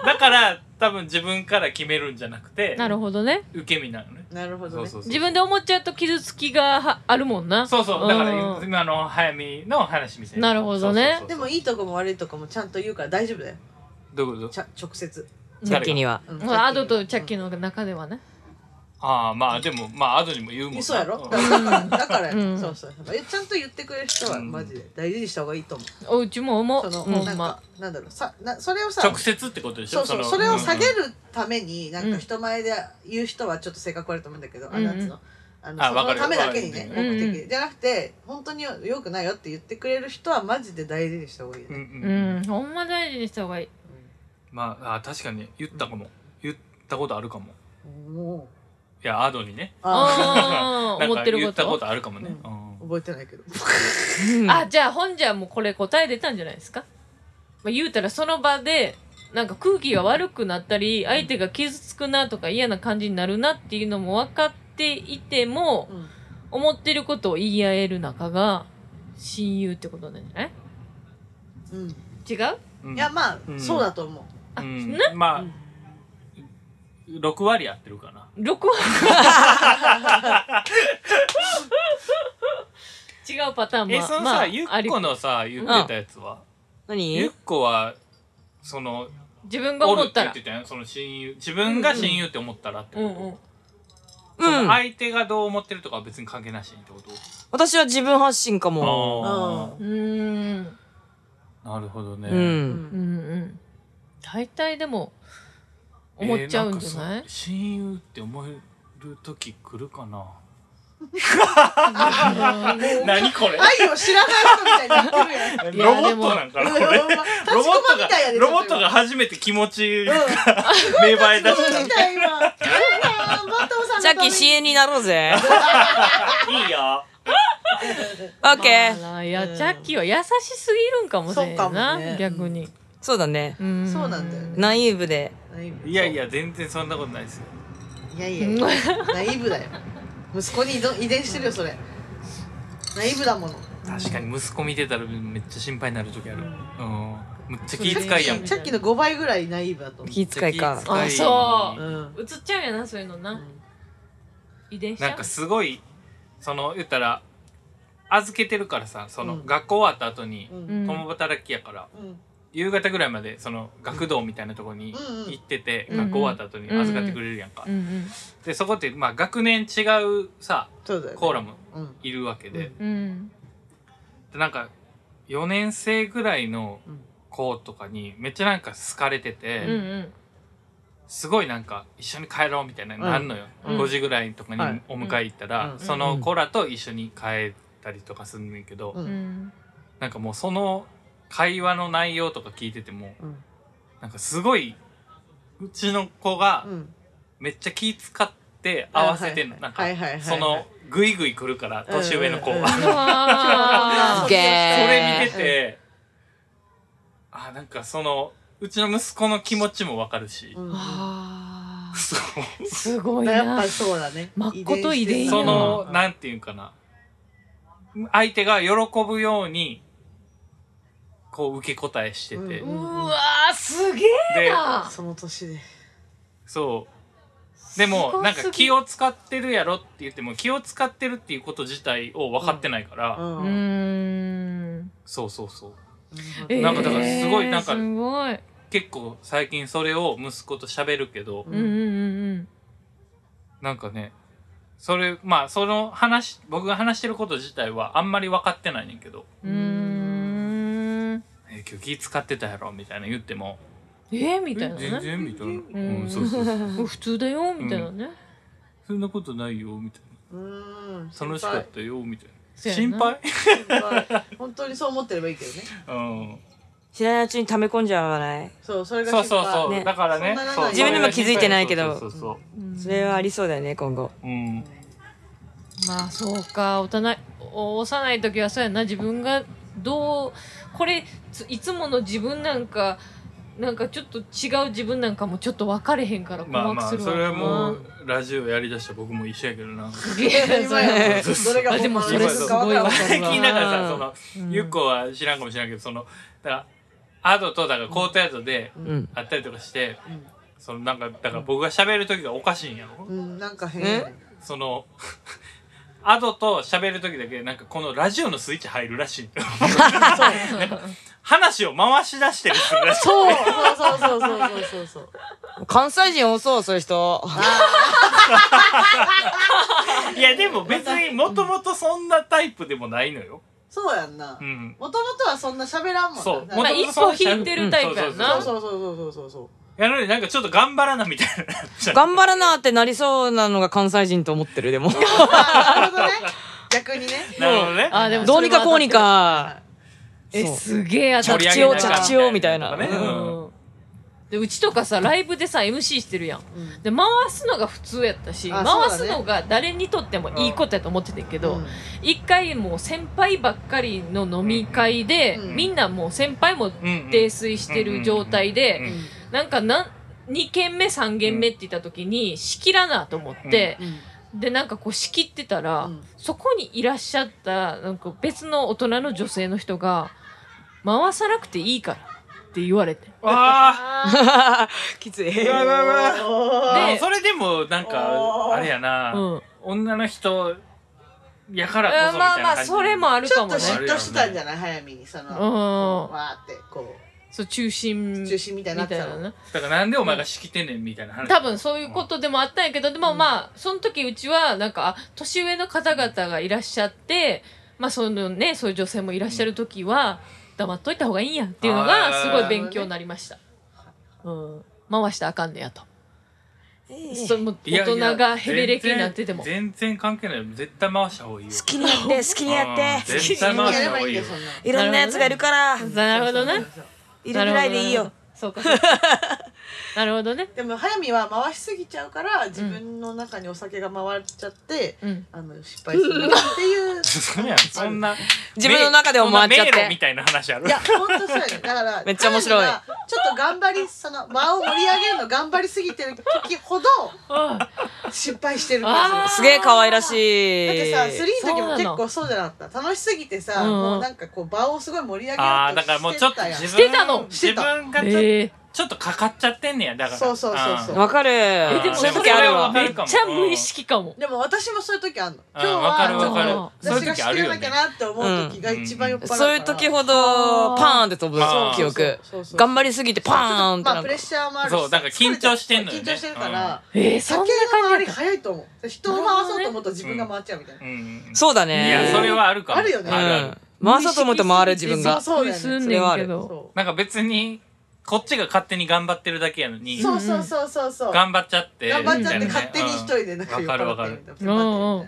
Speaker 4: だから多分自分から決めるんじゃなくて
Speaker 2: なるほどね
Speaker 4: 受け身なのね
Speaker 1: なるほど
Speaker 4: そう
Speaker 1: ね
Speaker 4: そうそう
Speaker 2: 自分で思っちゃうと傷つきがはあるもんな
Speaker 4: そうそうだから
Speaker 2: うん
Speaker 4: 今の早見の話みたい
Speaker 2: なるほどね
Speaker 4: そうそうそうそう
Speaker 1: でもいいとこも悪いとこもちゃんと言うから大丈夫だよ
Speaker 4: どういうこと
Speaker 1: ちゃ直接、
Speaker 4: 誰が
Speaker 3: 時には
Speaker 1: う
Speaker 2: うんアドとチャッキーの中ではね
Speaker 4: ああまあでもまあアドにも言う
Speaker 1: う
Speaker 4: もんなん
Speaker 1: そうやろ、
Speaker 4: ん
Speaker 1: だからだから、
Speaker 2: うん
Speaker 1: そうそうえちゃんと言ってくれる人は
Speaker 4: うん
Speaker 1: マジで大事にした方がいいと思う、
Speaker 2: おうちも思う
Speaker 1: その、
Speaker 2: ほ
Speaker 1: なんん
Speaker 2: ま
Speaker 1: かなんだろうさなそれをさ
Speaker 4: 直接ってことでし
Speaker 1: そ
Speaker 4: ょ
Speaker 1: うそうそれを下げ
Speaker 4: る
Speaker 1: るために、なんか人前で言う人はちょっと性格悪いと思うんだけど、あなんつうのあの
Speaker 4: あ
Speaker 1: そ
Speaker 4: わか
Speaker 1: の
Speaker 4: る
Speaker 1: ためだけにね
Speaker 4: わ
Speaker 2: かる
Speaker 1: 目的で、
Speaker 2: う
Speaker 1: じゃなくて本当によよくないよって言ってくれる人はマジで大事にした方がいいよ
Speaker 4: う
Speaker 1: ね、
Speaker 4: ん
Speaker 2: う
Speaker 4: うん
Speaker 2: んほんま大事にした方がいい
Speaker 4: まああー確かに言ったかも言ったことあるかも
Speaker 1: もう
Speaker 4: いやアドにね
Speaker 1: あ
Speaker 2: ああ
Speaker 4: なん
Speaker 2: 思
Speaker 4: か
Speaker 2: ってる
Speaker 4: 言
Speaker 2: こ
Speaker 4: った
Speaker 2: と
Speaker 4: ことあるかもね
Speaker 1: う
Speaker 4: うん
Speaker 1: ー覚えてないけど
Speaker 2: あじゃあ本じゃもうこれ答え出たんじゃないですか、まあ、言うたらその場でなんか空気が悪くなったり相手が傷つくなとか嫌な感じになるなっていうのも分かっていても
Speaker 1: うん
Speaker 2: 思ってることを言い合える仲が親友ってことなんじゃない
Speaker 1: うん、
Speaker 2: 違う
Speaker 4: うん
Speaker 1: いやまあ、
Speaker 4: うん
Speaker 1: そうだと思う
Speaker 4: うんまあ6割やってるかな
Speaker 2: 録音 違うパターンも
Speaker 4: えその
Speaker 2: ま
Speaker 4: さ
Speaker 2: あ
Speaker 4: ゆっ
Speaker 2: あり
Speaker 4: このさ言ってたやつはゆっ
Speaker 3: 何
Speaker 4: こはその
Speaker 2: 自分が
Speaker 4: おる
Speaker 2: 思
Speaker 4: っ
Speaker 2: ってた
Speaker 4: 言っ
Speaker 2: ら
Speaker 4: てたよその親友自分が親友って思ったらって
Speaker 2: うん
Speaker 4: こ
Speaker 2: うん
Speaker 4: とその
Speaker 3: うん
Speaker 4: 相手がどう思ってるとかは別に関係なしにってこと
Speaker 3: 私は自分発信かも
Speaker 4: あ
Speaker 2: うーん
Speaker 4: あなるほどね
Speaker 3: う
Speaker 1: うん
Speaker 2: うん
Speaker 1: ん
Speaker 2: うん大体でも思っちゃうんじゃない,、
Speaker 4: えーんかさ親友って思える時来るかな 何これ
Speaker 1: 愛を知らない人みたいに言ってるやん
Speaker 4: ロ
Speaker 2: いやで
Speaker 4: ボッ
Speaker 2: も
Speaker 4: トなんかなこ
Speaker 1: 立ち
Speaker 4: れ
Speaker 1: こまみたいやで
Speaker 4: ロボットがロボットが
Speaker 1: が
Speaker 4: 初めて気持ちが芽生え出し
Speaker 1: みたいなバットさんの
Speaker 3: チャ
Speaker 1: た
Speaker 3: ッ
Speaker 1: め
Speaker 3: キー
Speaker 1: に
Speaker 3: CN になろうぜ
Speaker 4: たいいよ
Speaker 3: オッケー
Speaker 2: あらいや、
Speaker 1: うん
Speaker 2: ジャッキーは優しすぎるんかもしれん
Speaker 1: そうか
Speaker 2: な、
Speaker 1: もね
Speaker 2: 逆に、
Speaker 3: そうだね
Speaker 2: うん
Speaker 1: そうなんだよね
Speaker 3: ナイーブで
Speaker 1: ナイーブ
Speaker 4: いやいや全然そんなことないですよ
Speaker 1: いやいやいやナイーブだよ息子に遺伝遺伝してるよそれナイブだもの
Speaker 4: 確かに息子見てたらめっちゃ心配になる時ある、うん、むっちゃ気
Speaker 1: さっ
Speaker 4: 遣いやもん
Speaker 1: きさっきの5倍ぐらいナイブだと思う
Speaker 3: 気遣いか。
Speaker 2: あそう
Speaker 1: うんうん
Speaker 2: 映っちゃうやなそういうのな遺伝しちゃ
Speaker 4: な
Speaker 2: うん
Speaker 4: かすごいその言ったら預けてるからさその、
Speaker 1: うん
Speaker 4: 学校終わった後に
Speaker 1: う、ん
Speaker 2: うん
Speaker 4: 共働きやから
Speaker 1: うん
Speaker 4: 夕方ぐらいまでその学童みたいなとこに
Speaker 1: うんうん
Speaker 4: 行ってて、
Speaker 2: うん
Speaker 4: 学校終わった後に預かってくれるやんか、
Speaker 2: うんうん
Speaker 4: でそこってまあ学年違うさ
Speaker 1: そうだよね
Speaker 4: コーラも
Speaker 1: うん
Speaker 4: いるわけで,、
Speaker 2: うん
Speaker 4: でなんか4年生ぐらいの
Speaker 1: うん
Speaker 4: 子とかにめっちゃなんか好かれてて、
Speaker 2: うんうん
Speaker 4: すごいなんか一緒に帰ろうみたいなのになるのよ、
Speaker 2: うん
Speaker 4: 5時ぐらいとか
Speaker 1: は
Speaker 4: に
Speaker 1: い
Speaker 4: お迎え行ったら、
Speaker 1: うん
Speaker 4: その子らと一緒に帰ったりとかすんねんけど、
Speaker 1: うん
Speaker 2: うん
Speaker 4: なんかもうその会話の内容とか聞いてても
Speaker 1: うん
Speaker 4: なんかすごいうちの子が
Speaker 1: うん
Speaker 4: めっちゃ気使って合わせてんの、
Speaker 1: うん
Speaker 4: なんか
Speaker 1: はいはいはいはい
Speaker 4: そのグイグイ来るから年上の子は、
Speaker 1: うんうんうん
Speaker 4: そ
Speaker 2: あ
Speaker 1: ゲ
Speaker 2: ー
Speaker 4: れ見
Speaker 3: ゲ
Speaker 4: てて、あなんかそのうちの息子の気持ちもわかるし、
Speaker 1: うん
Speaker 2: あ
Speaker 4: そう
Speaker 2: ーすご
Speaker 1: うん
Speaker 2: い
Speaker 1: やっ
Speaker 2: な
Speaker 1: ぱそうだね
Speaker 2: 誠遺伝
Speaker 1: 子
Speaker 2: や
Speaker 4: そ
Speaker 1: 的な
Speaker 4: のなんていうんかな相手が喜ぶようにこう受け答えしてて、
Speaker 1: うん
Speaker 2: うわーすげえ
Speaker 4: で
Speaker 2: な
Speaker 1: その年で
Speaker 4: そうでもなん
Speaker 2: す
Speaker 4: か
Speaker 2: ごすぎ
Speaker 4: 気を使ってるやろって言っても気を使ってるっていうこと自体を分かってないから、
Speaker 1: う
Speaker 2: うんーん
Speaker 4: そうそうそう
Speaker 1: う
Speaker 4: なんかだからすごい
Speaker 2: えー
Speaker 4: なんか
Speaker 2: すごい
Speaker 4: 結構最近それを息子と喋るけど、
Speaker 1: う
Speaker 2: うんうんうん
Speaker 4: なんかねそれまあその話僕が話してること自体はあんまり分かってないねんけど
Speaker 2: うんうーん
Speaker 4: 「えー今日気使ってたやろ」みたいな言っても
Speaker 2: えーみ
Speaker 4: 「
Speaker 2: たいな
Speaker 4: え全
Speaker 2: ね
Speaker 4: 然」みたいな「
Speaker 2: ん
Speaker 4: うんそうそうそう
Speaker 2: うん普通だよみたいなね
Speaker 4: そんなことないよ」みたいな
Speaker 1: うん
Speaker 4: 「楽しかったよ」みたいな「
Speaker 2: そうや
Speaker 4: 心
Speaker 2: な
Speaker 4: 配?
Speaker 1: 心配本当にそう思ってればいいけどね」
Speaker 4: うん
Speaker 3: 知らないうちに溜め込んじゃわない。
Speaker 1: そうそれが
Speaker 4: そう
Speaker 1: 心配
Speaker 4: そうそう、
Speaker 3: ね
Speaker 4: だからね
Speaker 1: そんなな
Speaker 4: そう
Speaker 1: 自分でも
Speaker 3: 気づいてないけど
Speaker 4: そうそうそう
Speaker 2: うん
Speaker 3: それはありそうだよね、今後。
Speaker 4: そううん
Speaker 2: まあそうかおたな幼い時はそうやな自分がどうこれついつもの自分なんかなんかちょっと違う自分なんかもちょっと分かれへんから
Speaker 4: まあ
Speaker 2: 困惑
Speaker 4: まあ
Speaker 2: する
Speaker 4: そ
Speaker 2: わ
Speaker 4: れは
Speaker 2: な、
Speaker 4: もうラジオやりだした僕も一緒やけどな
Speaker 2: すげえそ
Speaker 1: 今や
Speaker 2: れ
Speaker 1: どれが本物
Speaker 2: あでも
Speaker 1: で
Speaker 2: それ
Speaker 1: す
Speaker 2: す
Speaker 1: か
Speaker 2: ごいわ
Speaker 4: 最近だからさその、
Speaker 2: うん
Speaker 4: ゆっこは知らんかもしれんけどそのだからアドとだからコートヤードで
Speaker 3: うん。
Speaker 4: あったりとかして、そのなんかだから僕が喋る時がおかしいんやろ、
Speaker 1: うんなんか変やね
Speaker 4: その アドと喋る時だけなんかこのラジオのスイッチ入るらしい話を回し出してるするらしい
Speaker 1: そうそうそうそうそうそうそう
Speaker 3: 関西人多そう、そういう人。
Speaker 4: いやでも別にもともとそんなタイプでもないのよ。
Speaker 1: そうやんな
Speaker 4: うん。
Speaker 1: もともとはそんな喋らんもんな
Speaker 4: そう。
Speaker 2: まあ
Speaker 4: 元々
Speaker 2: 一
Speaker 4: そ
Speaker 2: 歩
Speaker 4: んなちゃう
Speaker 2: 引いてるタイプやな
Speaker 1: そうそうそうそうそうそう
Speaker 4: やのになんかちょっと頑張らなみたいな。
Speaker 3: 頑張らなってなりそうなのが関西人と思ってる、でも。
Speaker 1: あーなるほどね逆にね
Speaker 4: なるほどね。
Speaker 2: あでも
Speaker 3: どうにかこうにか。
Speaker 2: え
Speaker 3: そう
Speaker 2: すげえ当た
Speaker 4: 盛
Speaker 2: る
Speaker 4: り上げながら
Speaker 3: 着地をみたいな
Speaker 4: ね。うん
Speaker 2: うんでうちとかさライブでさ MC してるやん
Speaker 1: うん
Speaker 2: で回すのが普通やったし
Speaker 1: あそう
Speaker 2: 回
Speaker 1: だね
Speaker 2: すのが誰にとってもいいことやと思っててんけど、
Speaker 1: うん
Speaker 2: 一回もう先輩ばっかりの飲み会で、
Speaker 1: うん
Speaker 2: みんなもう先輩も
Speaker 4: うん
Speaker 2: 泥酔してる状態
Speaker 4: うん
Speaker 2: で、
Speaker 1: うん
Speaker 2: なんかなん2軒目3軒目って言った時に仕切らなと思って、でなんかこう仕切ってたら、
Speaker 1: うん
Speaker 2: そこにいらっしゃったなんか別の大人の女性の人が「回さなくていいから」って言われて。
Speaker 4: あ
Speaker 3: きつい。
Speaker 4: あ。うわうわうわ。
Speaker 1: おー
Speaker 4: で
Speaker 2: で
Speaker 4: それでもなんかあれや
Speaker 2: う
Speaker 4: な。
Speaker 2: ん、
Speaker 4: 女の人やからこそみ
Speaker 2: ま
Speaker 4: た
Speaker 2: あ
Speaker 4: いな
Speaker 2: ま
Speaker 4: 感
Speaker 2: あ
Speaker 4: じ。
Speaker 2: それもある
Speaker 1: ち
Speaker 2: か
Speaker 1: ょっ
Speaker 2: も
Speaker 1: と
Speaker 2: ね
Speaker 1: 嫉妬してたんじゃない早めにその
Speaker 2: うん
Speaker 1: わーってこ
Speaker 2: そう中心
Speaker 1: う
Speaker 2: み
Speaker 1: 中心みた
Speaker 2: た
Speaker 1: いにな
Speaker 2: い
Speaker 1: ってた
Speaker 2: な
Speaker 1: の
Speaker 2: ね
Speaker 4: だからなんでお前が仕切ってんねんみたいな話。
Speaker 2: 多分そういうことでもあったんやけどでもまあその時うちはなんかあ年上の方々がいらっしゃってまあそのねそういう女性もいらっしゃる時は黙っといた方がいいんやっていうのがすごい勉強になりました、うん、回したらあかんねやと、その
Speaker 4: いや
Speaker 2: 大
Speaker 4: いや
Speaker 2: 人がヘベレキになってても
Speaker 4: 全然全然関係ないよ絶対回した方がいいよ
Speaker 3: 好きにやって、好きにやっ
Speaker 4: うん
Speaker 3: て。
Speaker 4: 絶対回
Speaker 1: や
Speaker 4: し
Speaker 1: れ
Speaker 4: た
Speaker 1: ば
Speaker 4: 方
Speaker 1: い
Speaker 4: が
Speaker 1: い
Speaker 4: い
Speaker 1: ん
Speaker 4: い
Speaker 1: だよ
Speaker 4: よ
Speaker 1: そんない
Speaker 3: ろんなやつがいるから、
Speaker 2: なるほどね
Speaker 1: そうそうそう
Speaker 3: いるぐらいでいいよ。
Speaker 2: そうかそうかなるほどね。
Speaker 1: でも早見は回しすぎちゃうから自分の中にお酒が回っちゃって、
Speaker 2: うん。
Speaker 1: あの失敗するっていう。
Speaker 4: そんなそんな
Speaker 3: 自分の中でも回っちゃっ
Speaker 4: そんな迷路み
Speaker 3: て。
Speaker 4: たいな話ある
Speaker 1: いや、本当そうやね。だから、
Speaker 3: めっちゃ面白い
Speaker 1: 彼女がちょっと頑張り、その、間を盛り上げるの頑張りすぎてる時ほど
Speaker 2: あ
Speaker 1: 失敗してるん
Speaker 2: あー
Speaker 1: です
Speaker 3: すげえ可愛らし
Speaker 1: よ。
Speaker 3: い。
Speaker 1: だってさ、スリーの時も結
Speaker 2: そうなの
Speaker 1: 構そうじゃなかった。楽しすぎてさ、
Speaker 2: うん
Speaker 1: もうなんかこう、場をすごい盛り上げようと
Speaker 4: ああだからもうちょっ
Speaker 1: して
Speaker 4: と
Speaker 1: たやん
Speaker 4: 自分
Speaker 2: してたの
Speaker 1: してた
Speaker 4: 自分がちょ,、
Speaker 2: ええ
Speaker 4: ちょっとかかっちゃってんねやだから
Speaker 1: そうそうそうそう
Speaker 4: あ
Speaker 3: わかる。
Speaker 4: え
Speaker 2: でもそれ
Speaker 3: そういう時あ
Speaker 4: は
Speaker 3: るわ
Speaker 4: わ。か
Speaker 2: め
Speaker 4: る
Speaker 2: っ
Speaker 4: かも
Speaker 2: ちゃ無意識かも。
Speaker 1: でも私もそういう時あんの。
Speaker 4: う
Speaker 1: 今
Speaker 4: ん
Speaker 1: 日はちょっと
Speaker 2: わかるわかる
Speaker 1: 私が知らなきゃなって思う時が
Speaker 4: そういう時あるよね
Speaker 1: 一番酔っ払うから。
Speaker 3: そういう時
Speaker 1: ど
Speaker 3: ほど、パーンって飛ぶ
Speaker 4: あー
Speaker 3: 記憶。
Speaker 1: そうそう
Speaker 3: 頑張りすぎてパーンって
Speaker 1: ま
Speaker 3: な
Speaker 1: あプ
Speaker 3: んか
Speaker 1: レッ。シャーもあるし
Speaker 4: そうなんか緊張してんのよね
Speaker 1: 緊張してるから、
Speaker 2: えー、そん
Speaker 1: 酒の
Speaker 2: な感
Speaker 1: 回
Speaker 2: じ
Speaker 1: り
Speaker 2: だっ
Speaker 1: 早いと思う人を回そうと思ったら自分が回っちゃうみたいな、
Speaker 4: うん
Speaker 3: そうだ
Speaker 4: い
Speaker 3: ね。
Speaker 4: やそれはあるかも
Speaker 1: あるよね
Speaker 4: あるある
Speaker 3: うん。回そうと思うと回る自分
Speaker 1: そ
Speaker 3: が
Speaker 1: う。そうだよ
Speaker 2: た。
Speaker 1: ね
Speaker 2: すん
Speaker 3: それは
Speaker 2: ねん
Speaker 3: あ
Speaker 2: け
Speaker 3: る
Speaker 2: ど。
Speaker 1: そ
Speaker 4: なんか別にこっちが勝手に頑張ってるだけやの
Speaker 1: う
Speaker 4: に
Speaker 1: そうそうそうそうそう
Speaker 4: 頑張っちゃって
Speaker 1: 頑張っちゃって
Speaker 4: みたいなね
Speaker 1: 勝手に一人でなんか
Speaker 4: うん
Speaker 1: 酔
Speaker 4: わ
Speaker 1: っ
Speaker 4: かるわ
Speaker 1: 払
Speaker 4: か
Speaker 1: って
Speaker 4: る
Speaker 1: みたいな
Speaker 2: うん
Speaker 1: 酔
Speaker 2: うん
Speaker 1: っ払っ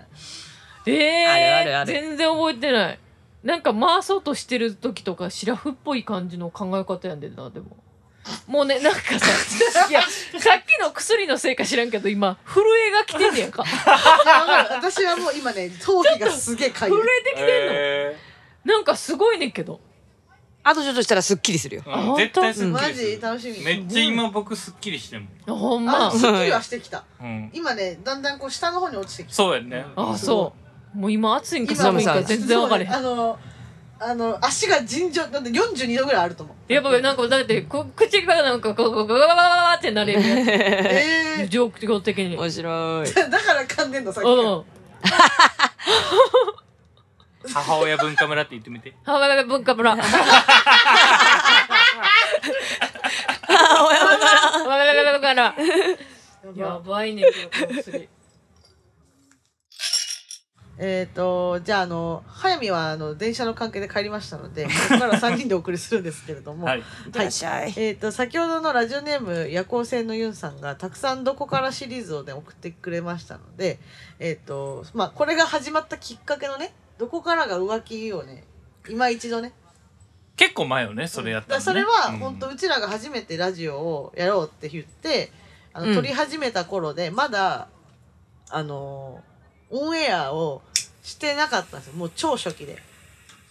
Speaker 1: てみ
Speaker 2: えー、
Speaker 3: あるあるある
Speaker 2: 全然覚えてないなんか回そうとしてる時とかシラフっぽい感じの考え方やんでなでももうねなんか さいやさっきの薬のせいか知らんけど今震えが来てんねやん か
Speaker 1: たいなわかる私はもう今ね頭皮がすげえかゆ
Speaker 2: 震
Speaker 1: い
Speaker 2: えてきてんの、
Speaker 4: え
Speaker 2: なんかすごいねんけど
Speaker 3: あとちょっとしたらスッキリするよ。
Speaker 4: ー
Speaker 2: あ
Speaker 4: うん
Speaker 2: 本当
Speaker 4: 絶対すっ
Speaker 1: マ
Speaker 4: きりす
Speaker 1: ジ
Speaker 4: る
Speaker 1: 楽しみ
Speaker 4: めっちゃ今僕すっきりしても
Speaker 2: あほん
Speaker 1: あっ
Speaker 2: ま
Speaker 1: すっきりはしてきた
Speaker 4: うん
Speaker 1: 今ねだんだんこう下の方に落ちてきた
Speaker 4: そうやね
Speaker 2: あそうもう今暑いんか
Speaker 1: 今
Speaker 2: 寒いん
Speaker 3: そ
Speaker 2: か
Speaker 3: う
Speaker 2: 全然分かれへん
Speaker 1: そうねあのあの足が尋常なんで42度ぐらいあると思う
Speaker 2: やばいなんかだってこ口がなんかこうガガガガガガってなれるや
Speaker 1: え
Speaker 2: つ状況的にうん
Speaker 3: 面 白い。
Speaker 1: ー、だから噛んでんのさっきから
Speaker 2: 母
Speaker 4: 母親文化村って言ってみて
Speaker 2: 親が文化村わかるわかるわかる。やばいね、この薬。
Speaker 1: えっ、と、じゃあ、あの、早見は、あの、電車の関係で帰りましたの で、ここから3人でお送りするんですけれども、
Speaker 4: はい
Speaker 1: はい
Speaker 3: しゃい。
Speaker 1: えっ、と、先ほどのラジオネーム、夜行性のユンさんが、たくさんどこからシリーズをね、送ってくれましたので、えっ、と、まあ、これが始まったきっかけのね、どこからが浮気をね、今一度ね。
Speaker 4: 結構前よねそれやったの
Speaker 1: だ
Speaker 4: ね
Speaker 1: からそれは、
Speaker 4: うん
Speaker 1: 本当うちらが初めてラジオをやろうって言って、あの、
Speaker 3: うん
Speaker 1: 撮り始めた頃で、まだ、あの、オンエアをしてなかったんですよ。もう超初期で。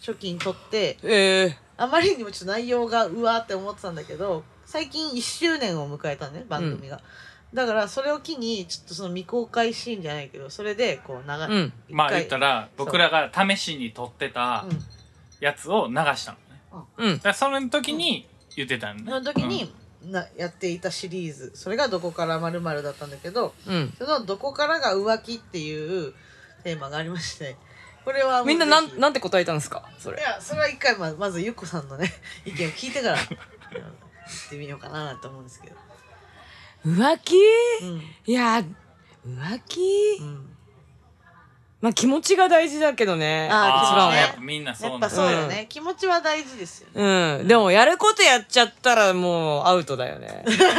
Speaker 1: 初期に撮って、
Speaker 3: ええ。
Speaker 1: あまりにもちょっと内容がうわーって思ってたんだけど、最近1周年を迎えたのね、番組が。だから、それを機に、ちょっとその未公開シーンじゃないけど、それで、こう、長い、
Speaker 3: うん。
Speaker 1: 一
Speaker 4: まあ
Speaker 1: 回
Speaker 4: 言ったら僕らが試しに撮ってた
Speaker 1: うん
Speaker 4: やつを流したのね
Speaker 3: うん
Speaker 4: だ。からその時に言ってたのね
Speaker 1: その時に、なやっていたシリーズ、それがどこからまるまるだったんだけど、
Speaker 3: うん。
Speaker 1: そのどこからが浮気っていうテーマがありまして、これはもう
Speaker 3: みんなな
Speaker 1: ぜ
Speaker 3: ん、
Speaker 1: ひ
Speaker 3: なんて答えたんですかそ
Speaker 1: い
Speaker 3: れ。
Speaker 1: や、それは一回ままずゆっこさんのね、 意見を聞いてから、うん言ってみようかなと思うんですけど。
Speaker 3: 浮気
Speaker 1: うん。
Speaker 3: いや、浮
Speaker 1: う
Speaker 3: 気
Speaker 1: ん。
Speaker 3: まあ気持ちが大事だけどね。
Speaker 1: あ
Speaker 4: ああ
Speaker 1: ー
Speaker 4: やっぱみんなそう
Speaker 1: やっ
Speaker 4: な
Speaker 1: ぱ
Speaker 4: ん
Speaker 1: そ
Speaker 4: だ
Speaker 1: うだよね。気持ちは大事ですよね。
Speaker 3: うん。でもやることやっちゃったらもうアウトだよ ね。
Speaker 1: わかりや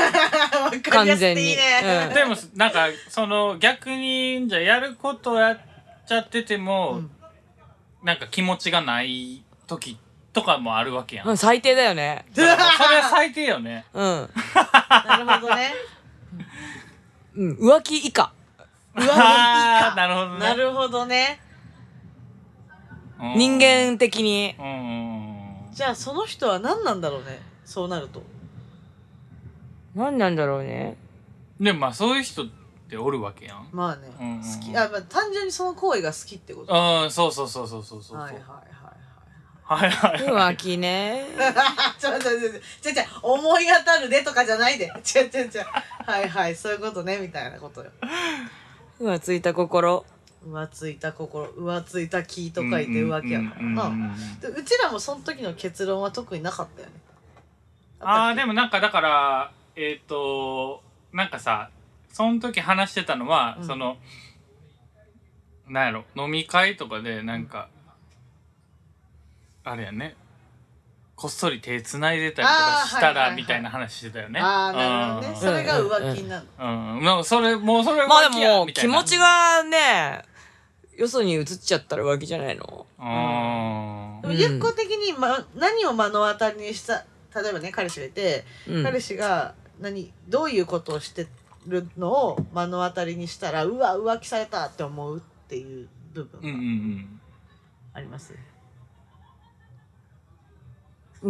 Speaker 1: すくていい
Speaker 3: 完全
Speaker 1: ね。
Speaker 3: に
Speaker 4: でもなんかその逆にじゃあやることやっちゃってても、
Speaker 1: うん
Speaker 4: なんか気持ちがない時とかもあるわけやん、
Speaker 3: うん、最低だよね。
Speaker 4: だからそれは最低よね
Speaker 3: うん。
Speaker 1: なるほどね。
Speaker 3: うん。浮気以下。
Speaker 1: 浮気
Speaker 4: あ
Speaker 1: か。
Speaker 4: ーなるほどね
Speaker 1: なるほどね。
Speaker 4: うん
Speaker 3: 人間的に。
Speaker 4: うんうんうん
Speaker 1: じゃあその人は何なんだろうね。そうなると。
Speaker 3: 何なんだろうね。
Speaker 4: でもまあそういう人っておるわけやん
Speaker 1: まあね。
Speaker 4: うんうん
Speaker 1: 好き。あ、まあ単純にその行為が好きってこと。は
Speaker 4: うんそうそうそうそうそうそう
Speaker 1: い
Speaker 4: は
Speaker 1: はいいはいはい。
Speaker 4: はいはい
Speaker 3: 浮気ね。
Speaker 1: ちょちょちょちょちょ思い当たるでとかじゃないで。 ちょちょちょ。はいはい、そういうことね、みたいなことよ。
Speaker 3: 浮ついた心。
Speaker 1: 浮ついた心、浮ついた気と書いて浮気やから
Speaker 4: うんうんうん
Speaker 1: な。
Speaker 4: うん
Speaker 1: でうちらもその時の結論は特になかったよね。
Speaker 4: あー
Speaker 1: も。
Speaker 4: でもなんかだからえっ、となんかさその時話してたのは、
Speaker 1: うん
Speaker 4: そのなんやろ飲み会とかでなんか、あれやねこっそり手繋いでたりとかした
Speaker 1: あーはいはいは
Speaker 4: ら
Speaker 1: い
Speaker 4: みたいな話してたよね。
Speaker 1: ああ、なるほどね。それが浮気になる。
Speaker 4: うん、うん、なんかそれもうそれ
Speaker 3: まあ
Speaker 4: 浮気
Speaker 3: で
Speaker 4: や
Speaker 3: も、
Speaker 4: みた
Speaker 3: 気
Speaker 4: いな
Speaker 3: 持ちがね、よそに移っちゃったら浮気じゃないの
Speaker 4: うん
Speaker 1: でも、ゆっこ的に、ま、何を目の当たりにした、例えばね、彼氏がいて、
Speaker 3: うん。
Speaker 1: 彼氏が、何どういうことをしてるのを目の当たりにしたらうわ浮気されたって思うっていう部
Speaker 4: うんうんう
Speaker 1: 分が
Speaker 4: ん
Speaker 1: あります、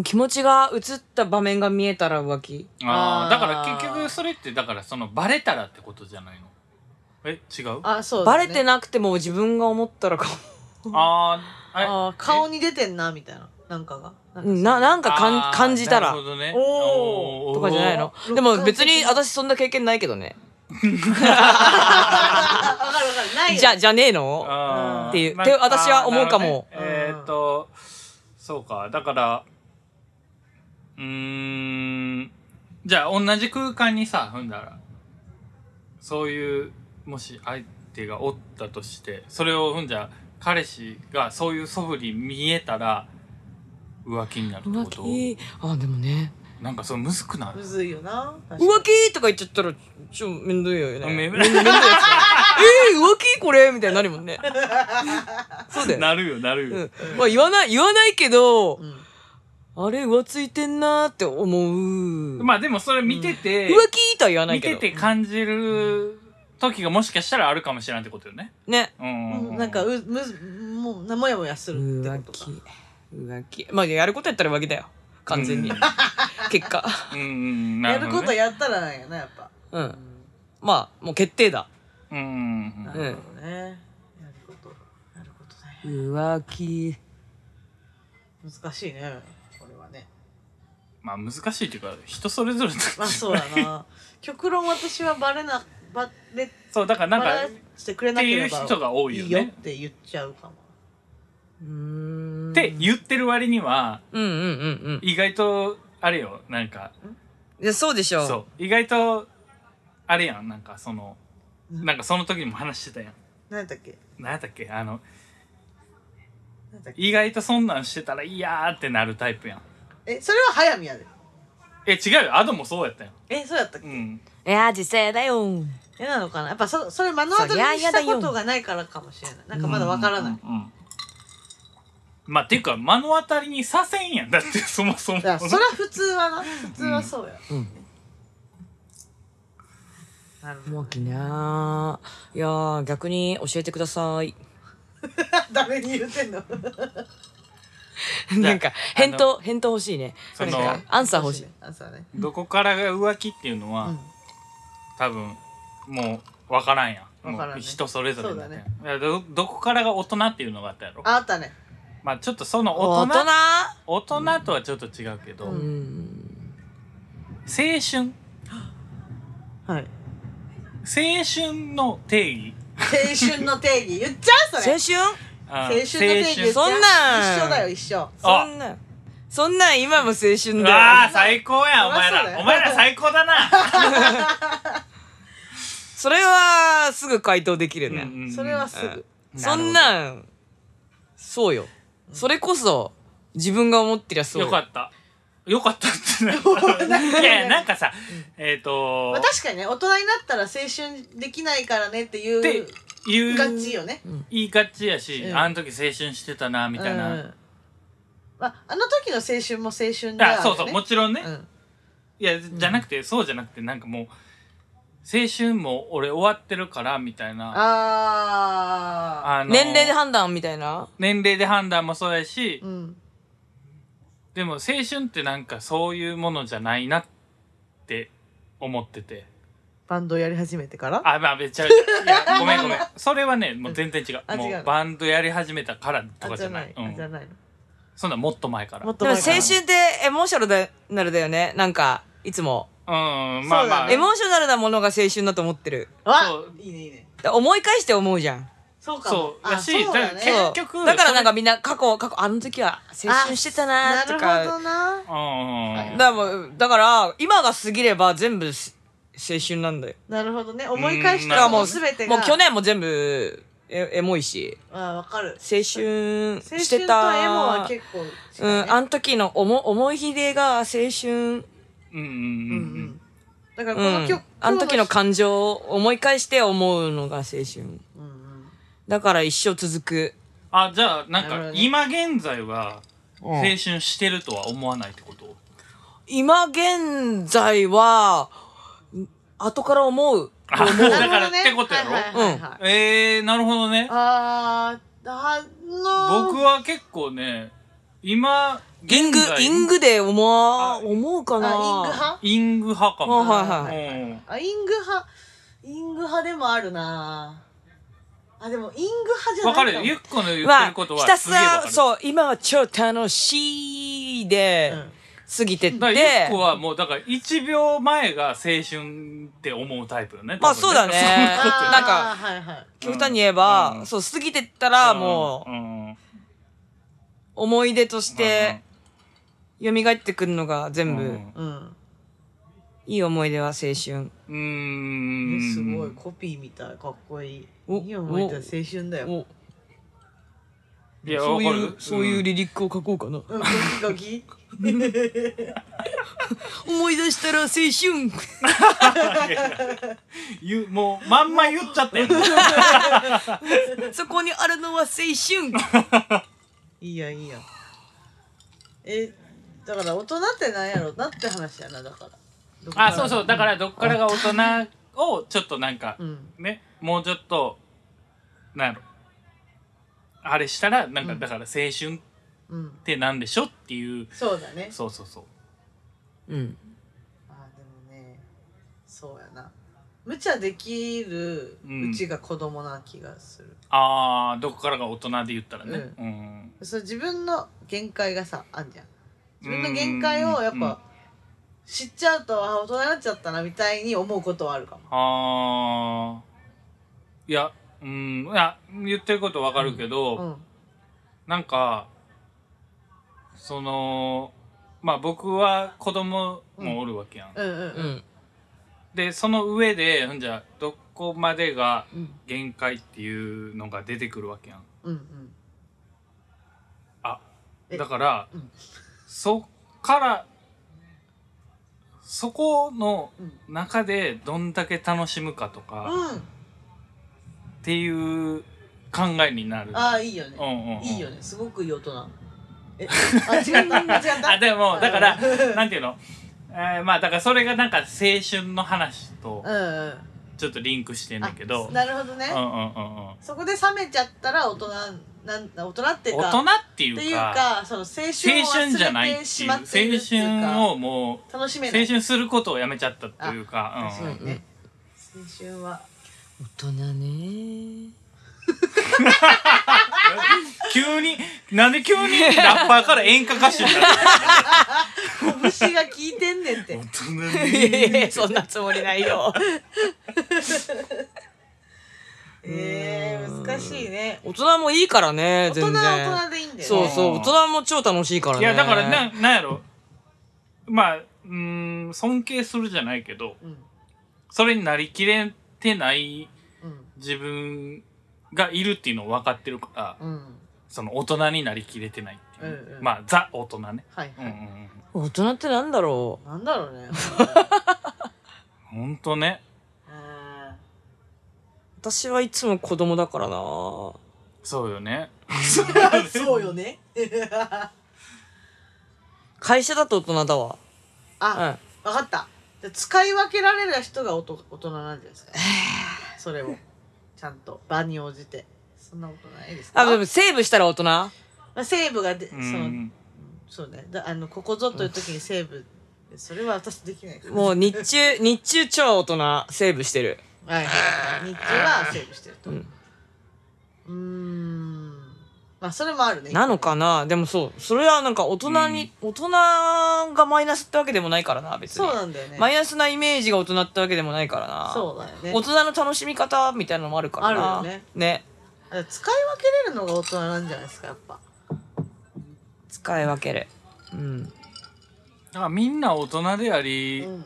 Speaker 3: 気持ちが映った場面が見えたら浮気
Speaker 4: あ
Speaker 2: あー
Speaker 4: あだから結局それってだからそのバレたらってことじゃないのえ違うあ
Speaker 1: あそうだ
Speaker 3: バ
Speaker 1: ね、
Speaker 3: レてなくても自分が思ったらか
Speaker 4: あーあ
Speaker 1: あー顔に出てんなみたいななんかがなんかそう
Speaker 3: ななんかかん
Speaker 4: あー
Speaker 3: 感じた
Speaker 4: なるほ
Speaker 3: ら
Speaker 4: どね
Speaker 1: お
Speaker 4: ー
Speaker 3: とかじゃないの
Speaker 1: お
Speaker 3: でも別に私そんな経験ないけどね
Speaker 1: あわかるわかるないよ
Speaker 3: じゃじゃねえの
Speaker 4: あー
Speaker 3: っていう
Speaker 4: まあ
Speaker 3: って私は思うかも
Speaker 4: あーなるほどねえーっとそうかだからうーんじゃあ同じ空間にさ踏んだらそういうもし相手がおったとしてそれを踏んじゃ彼氏がそういう素振り見えたら浮気になるってこ
Speaker 3: 浮
Speaker 4: と
Speaker 3: 気あでもね
Speaker 4: なんかそれむずくない
Speaker 1: むずいよな確かに
Speaker 3: 浮気とか言っちゃったらちょめんどいよね
Speaker 4: め
Speaker 3: めんどいやつえー、浮気これみたいになるもんねそうだよ、ね
Speaker 4: なるよなるよ、
Speaker 3: うんまあ、言わない言わないけど、
Speaker 1: うん
Speaker 3: あれ浮ついてんなーって思う、
Speaker 4: まあでもそれ見てて、
Speaker 3: 浮気とは言わない
Speaker 4: 見
Speaker 3: けど
Speaker 4: てて感じる時がもしかしたらあるかもしれないってことよね
Speaker 3: ね
Speaker 4: うんうう
Speaker 1: うんなんかうむずもうなもやもやするって
Speaker 3: 浮
Speaker 1: ことか
Speaker 3: 気浮気まあやることやったら浮気だよ完全に、
Speaker 4: うん
Speaker 3: 結果
Speaker 4: うんうんな
Speaker 1: や
Speaker 4: る
Speaker 1: る
Speaker 4: ほど
Speaker 1: こと
Speaker 4: ね
Speaker 1: やったらなんやなやっぱ
Speaker 3: うんまあもう決定だ
Speaker 4: うんうん
Speaker 1: な
Speaker 4: うん
Speaker 1: るほどねやることやることね
Speaker 3: 浮気
Speaker 1: 難しいねこれはね
Speaker 4: まあ難しいっていうか人それぞれだ
Speaker 1: まあそうだな極論私はバレなバレ
Speaker 4: そうだから
Speaker 1: バ
Speaker 4: なん
Speaker 1: ラ
Speaker 4: か
Speaker 1: してくれなければ
Speaker 4: っていう人が多いよね
Speaker 1: いって言っちゃうかも
Speaker 3: うーん
Speaker 4: って言ってる割には
Speaker 3: うんうんうん
Speaker 4: 意外とあれよなんか
Speaker 3: うんいやそうでしょ
Speaker 4: そう意外とあれやんなんかそのなんかその時にも話してたやん
Speaker 1: 何だっけ
Speaker 4: 何やったっけあの
Speaker 1: 何だっけ
Speaker 4: 意外とそんなんしてたらいやーってなるタイプやん
Speaker 1: えそれは早見やで
Speaker 4: え違うよアドもそうやったやん
Speaker 1: えそうやったっけ、
Speaker 4: うん
Speaker 3: いや実際だよ
Speaker 1: えなのかなやっぱそそれ目の当たりにしたことがないからかもしれないなんかまだわからない、
Speaker 4: うんうんうんまあていうか目の当たりにさせんやんだって そもそも
Speaker 1: だからそれは普通はな普通はそうや、
Speaker 3: うん
Speaker 1: なるほど
Speaker 3: 浮気なーいやー逆に教えてください
Speaker 1: 誰に言うてんの
Speaker 3: なんか返答返答欲しいね
Speaker 4: そ
Speaker 3: なん
Speaker 4: の
Speaker 3: かアンサー欲しい
Speaker 1: 朝ね
Speaker 4: どこからが浮気っていうのは、
Speaker 1: うん
Speaker 4: 多分もう分からんやん
Speaker 1: 分からんね
Speaker 4: もう人それぞれだ
Speaker 1: そう
Speaker 4: ねいやどどこからが大人っていうのがあったやろ
Speaker 1: ああったね
Speaker 4: まあちょっとその
Speaker 3: 大
Speaker 4: 大人
Speaker 3: 人
Speaker 4: 大人とはちょっと違うけど、
Speaker 1: うん
Speaker 3: うん
Speaker 4: 青春
Speaker 1: はい
Speaker 4: 青春の定義
Speaker 1: 青春の定義言っちゃう
Speaker 3: 青
Speaker 1: それ
Speaker 3: 春
Speaker 4: あ
Speaker 1: 青春の定義言っちゃう
Speaker 3: そんなん
Speaker 1: 一緒だよ一緒
Speaker 3: そんなんそんなん今も青春
Speaker 4: う
Speaker 3: だよ
Speaker 4: わー最高やんお前
Speaker 1: そりゃそうだ
Speaker 4: ら
Speaker 1: よ
Speaker 4: お前ら最高 だな、
Speaker 3: それはすぐ回答できるね、
Speaker 4: うんうんうん
Speaker 1: それはすぐ
Speaker 3: そんなんそうよそれこそ自分が思ってりゃそう
Speaker 4: よかった。よかったってないやいや、なんかさ、えっ、と、
Speaker 1: まあ、確かにね大人になったら青春できないからねってい
Speaker 4: で
Speaker 1: う
Speaker 4: 言
Speaker 1: が
Speaker 4: う、
Speaker 1: ちよね
Speaker 4: 言いがちやし、
Speaker 1: うん
Speaker 4: あの時青春してたな、みたいな。
Speaker 1: うんまあ、あの時の青春も青春だよ、ね、
Speaker 4: あそうそう、もちろんね。
Speaker 1: うん
Speaker 4: いや、じゃなくて、そうじゃなくて、なんかもう、青春も俺終わってるから、みたいな。
Speaker 1: ああ
Speaker 4: あの
Speaker 3: 年齢で判断みたいな
Speaker 4: 年齢で判断もそうやし、
Speaker 1: うん
Speaker 4: でも青春ってなんかそういうものじゃないなって思ってて。
Speaker 1: バンドやり始めてから
Speaker 4: あ、まあ、めっちゃ、いや、ごめんごめん。それはね、もう全然違
Speaker 1: あ
Speaker 4: う。も
Speaker 1: 違う
Speaker 4: うバンドやり始めたからとか
Speaker 1: あ
Speaker 4: じ
Speaker 1: じ
Speaker 4: ゃ
Speaker 1: ゃ
Speaker 4: な。
Speaker 1: ないい、
Speaker 4: う
Speaker 1: あじゃ
Speaker 4: ん。
Speaker 1: ない
Speaker 4: そんなんもっと前か
Speaker 1: の
Speaker 4: ら。
Speaker 1: もっ
Speaker 3: で
Speaker 1: と
Speaker 3: も
Speaker 1: 前
Speaker 3: 青
Speaker 1: から
Speaker 3: 春ってエモーショナルだなるだよねなんかいつも
Speaker 4: うん、まあまあ。
Speaker 1: そ
Speaker 3: エ
Speaker 1: うだね
Speaker 3: モーショナルなものが青春だと思ってる
Speaker 1: わ
Speaker 4: そう
Speaker 1: いいねいいね
Speaker 3: だから思い返して思うじゃん
Speaker 1: そうかも
Speaker 4: そう
Speaker 1: あ
Speaker 4: だし
Speaker 1: そうだね
Speaker 4: だから
Speaker 3: そ
Speaker 4: 結
Speaker 3: う
Speaker 4: 局
Speaker 3: だからなん
Speaker 4: そ
Speaker 3: か
Speaker 4: れ
Speaker 3: みんな過去過去あの時は青春してたな
Speaker 1: な
Speaker 3: ーと
Speaker 1: る
Speaker 3: か
Speaker 1: ほどな
Speaker 4: うん。
Speaker 3: だからもうだから今が過ぎれば全部し青春なんだよ
Speaker 1: なるほどね思い返し
Speaker 4: だ
Speaker 1: た
Speaker 3: だからら
Speaker 1: も
Speaker 3: も
Speaker 1: う
Speaker 3: う
Speaker 1: 全てが
Speaker 3: もう去年も全部エエモいし
Speaker 1: あわかる
Speaker 3: 青春してた
Speaker 1: 青春とエモは結構違う、ね、
Speaker 3: うん、あの時の思思いひでが青春、
Speaker 1: う
Speaker 4: うんうん
Speaker 1: んう
Speaker 4: うんうん
Speaker 1: ん。だから
Speaker 3: う
Speaker 1: この
Speaker 3: ん
Speaker 1: 曲、、
Speaker 3: あの時の感情を思い返して思うのが青春
Speaker 1: うんうん
Speaker 3: だから一生続く、
Speaker 4: あ、じゃあなん
Speaker 1: なるほ
Speaker 4: か
Speaker 1: どね
Speaker 4: 今現在は青春してるとは思わないってこと
Speaker 3: 今現在は後から思う。
Speaker 4: あ
Speaker 1: な
Speaker 4: だ
Speaker 1: るほ
Speaker 4: から
Speaker 1: ど
Speaker 4: っ
Speaker 1: ね
Speaker 4: てことやろ、
Speaker 1: はいはいはいはい
Speaker 4: えー、なるほどね。
Speaker 1: あーあの
Speaker 4: 僕は結構ね、今、
Speaker 3: イング
Speaker 4: 現、在
Speaker 3: イングで思
Speaker 4: あ
Speaker 3: わ、思うかな。
Speaker 1: あイング派
Speaker 4: イング派か
Speaker 3: あ
Speaker 4: も。
Speaker 3: はいはい。
Speaker 4: うん
Speaker 1: あイング派イング派でもあるなあでもイング派じゃない
Speaker 4: わか
Speaker 1: も
Speaker 4: るゆっこの言って
Speaker 3: ま
Speaker 4: ること
Speaker 3: あ、
Speaker 4: は
Speaker 3: ひたす、
Speaker 4: すげえわからる。
Speaker 3: そう、今は超楽しいで
Speaker 1: う、ん
Speaker 3: 過ぎてっ
Speaker 4: だからゆってこ、はもうだから1秒前が青春って思うタイプよね。
Speaker 3: まあ
Speaker 4: 多分
Speaker 3: そうだね
Speaker 4: そういうことよ
Speaker 3: なんか
Speaker 1: あーはいはい
Speaker 3: 極端に言え
Speaker 4: うん
Speaker 3: ば
Speaker 4: う、ん
Speaker 3: そう、過ぎてったら、もう、
Speaker 4: うんうん
Speaker 3: 思い出として、蘇ってくるのが
Speaker 4: う
Speaker 3: 全
Speaker 4: ん
Speaker 3: 部、
Speaker 1: うん
Speaker 3: いい思い出は青春。
Speaker 4: う
Speaker 1: え
Speaker 4: ん。
Speaker 1: すごい
Speaker 4: い。
Speaker 1: コピーみたいかっこいい
Speaker 3: お
Speaker 1: いい思い出青春だよ
Speaker 3: お
Speaker 4: いや、わかる。ん
Speaker 3: リリックを書こうかな。
Speaker 1: うんゴキゴキ
Speaker 3: 思い出したら青春
Speaker 4: 言うもう、まんま言っちゃったよ。
Speaker 3: そこにあるのは青春
Speaker 1: いいやいいやえだから大人ってなんやろなって話やなだからどっから
Speaker 4: あ、そうそう。だから、どっからが大人を、ちょっとなんか
Speaker 1: う、ん
Speaker 4: ね、もうちょっと、なんやろ。あれしたら、なんか、
Speaker 1: うん
Speaker 4: だから、青春っ
Speaker 1: うん
Speaker 4: てなんでしょっていう。
Speaker 1: そうだね
Speaker 4: そうそうそう。
Speaker 3: うん。
Speaker 1: あでもねそうやな無茶できる
Speaker 4: うん
Speaker 1: うちが子供な気がする、
Speaker 4: あー、どこからが大人で言ったらね。うん。
Speaker 1: そう自分の限界がさあんじゃん自分の限界をやっ
Speaker 4: うん
Speaker 1: ぱ知っちゃうとあ大人になっちゃったなみたいに思うことはあるかも
Speaker 4: あーいやうんいや言ってることわかるけど、
Speaker 1: うん
Speaker 4: なんかそのまあ僕は子供もおるわけやん、
Speaker 1: うんうん
Speaker 3: うん。
Speaker 4: でその上でほんじゃどこまでが
Speaker 1: うん
Speaker 4: 限界っていうのが出てくるわけやん
Speaker 1: うんうんえ
Speaker 4: だから、
Speaker 1: うん
Speaker 4: そっからそこの
Speaker 1: うん
Speaker 4: 中でどんだけ楽しむかとか
Speaker 1: うん
Speaker 4: っていう考えになる、
Speaker 1: ああいいよね
Speaker 4: うんうんうん
Speaker 1: いいよねすごくいい大人えあ違 った間違った
Speaker 4: あでもだか
Speaker 1: う
Speaker 4: ら
Speaker 1: んうん
Speaker 4: なんていうの、えーまあだからそれがなんか青春の話と
Speaker 1: うんうん
Speaker 4: ちょっとリンクしてんだけど、
Speaker 1: あ
Speaker 4: うんうん
Speaker 1: なるほどね、
Speaker 4: うんうん、
Speaker 1: そこで冷めちゃったら大人なん大人っていうか
Speaker 4: 大人っていう
Speaker 1: っ
Speaker 4: か
Speaker 1: ていうかその青春
Speaker 4: 青春じゃ
Speaker 1: を
Speaker 4: ない
Speaker 1: 忘れ
Speaker 4: って
Speaker 1: てしまっているってい
Speaker 4: いうう青春
Speaker 1: か
Speaker 4: をも
Speaker 1: 楽し
Speaker 4: う
Speaker 1: めない
Speaker 4: 青春することをやめちゃったっていうか
Speaker 1: 確
Speaker 4: う
Speaker 1: か
Speaker 4: んう
Speaker 1: に
Speaker 4: ん
Speaker 1: ね、青春は
Speaker 3: 大人ね
Speaker 4: 急になんで急にラッパーから演歌歌手になった
Speaker 1: 拳が効いてんねんって
Speaker 4: の
Speaker 3: いやいやそんなつもりないよ。
Speaker 1: えー、難しいね
Speaker 3: 大人もいいから
Speaker 1: 大
Speaker 3: ね、
Speaker 1: 人
Speaker 3: 全
Speaker 1: は
Speaker 3: 然。
Speaker 1: 大人でいいんだよね
Speaker 3: そうそう、大人も超楽しいからね。
Speaker 4: いやだからな、なんやろまあうーん尊敬するじゃないけど
Speaker 1: うん
Speaker 4: それになりきれてない
Speaker 1: うん
Speaker 4: 自分がいるっていうのを分かってるから、
Speaker 1: うん
Speaker 4: その大人になりきれてないっていう、
Speaker 1: うんうん
Speaker 4: まあザ大人ね、
Speaker 1: はい、
Speaker 4: うんうんうん、
Speaker 3: 大人ってなんだろ
Speaker 1: なんだろう ね
Speaker 4: ほんとね
Speaker 1: あ
Speaker 3: う。私はいつも子供だからな。
Speaker 4: そうよね
Speaker 1: ー そうよね
Speaker 3: 会社だと大人だわ。うん。
Speaker 1: あ、
Speaker 3: あ
Speaker 1: わかったじゃあ使い分けられる人がおと大人なんじゃないですかそれをちゃんと場に応じてそんなことないですか
Speaker 3: でもセーブしたら大人
Speaker 1: まあ、セーブがで、
Speaker 4: う
Speaker 1: その
Speaker 4: ん
Speaker 1: そうねだあのここぞという時にセーブ、それは私できないから
Speaker 3: もう日中、日中超大人、セーブしてる。
Speaker 1: はいはい日中はセーブしてると
Speaker 3: うん
Speaker 1: うーんまあそれもあるね
Speaker 3: なのかなでもそう、それはなんか大人に、大人がマイナスってわけでもないからな、別に。
Speaker 1: そうなんだよね
Speaker 3: マイナスなイメージが大人ってわけでもないからな。
Speaker 1: そうだよね
Speaker 3: 大人の楽しみ方みたいなのもあるからな。
Speaker 1: あるよね
Speaker 3: ね。
Speaker 1: 使い分けれるのが大人なんじゃないですかやっぱ
Speaker 3: 使い分ける。うん。
Speaker 4: だからみんな大人であ
Speaker 1: う
Speaker 4: り、
Speaker 1: ん、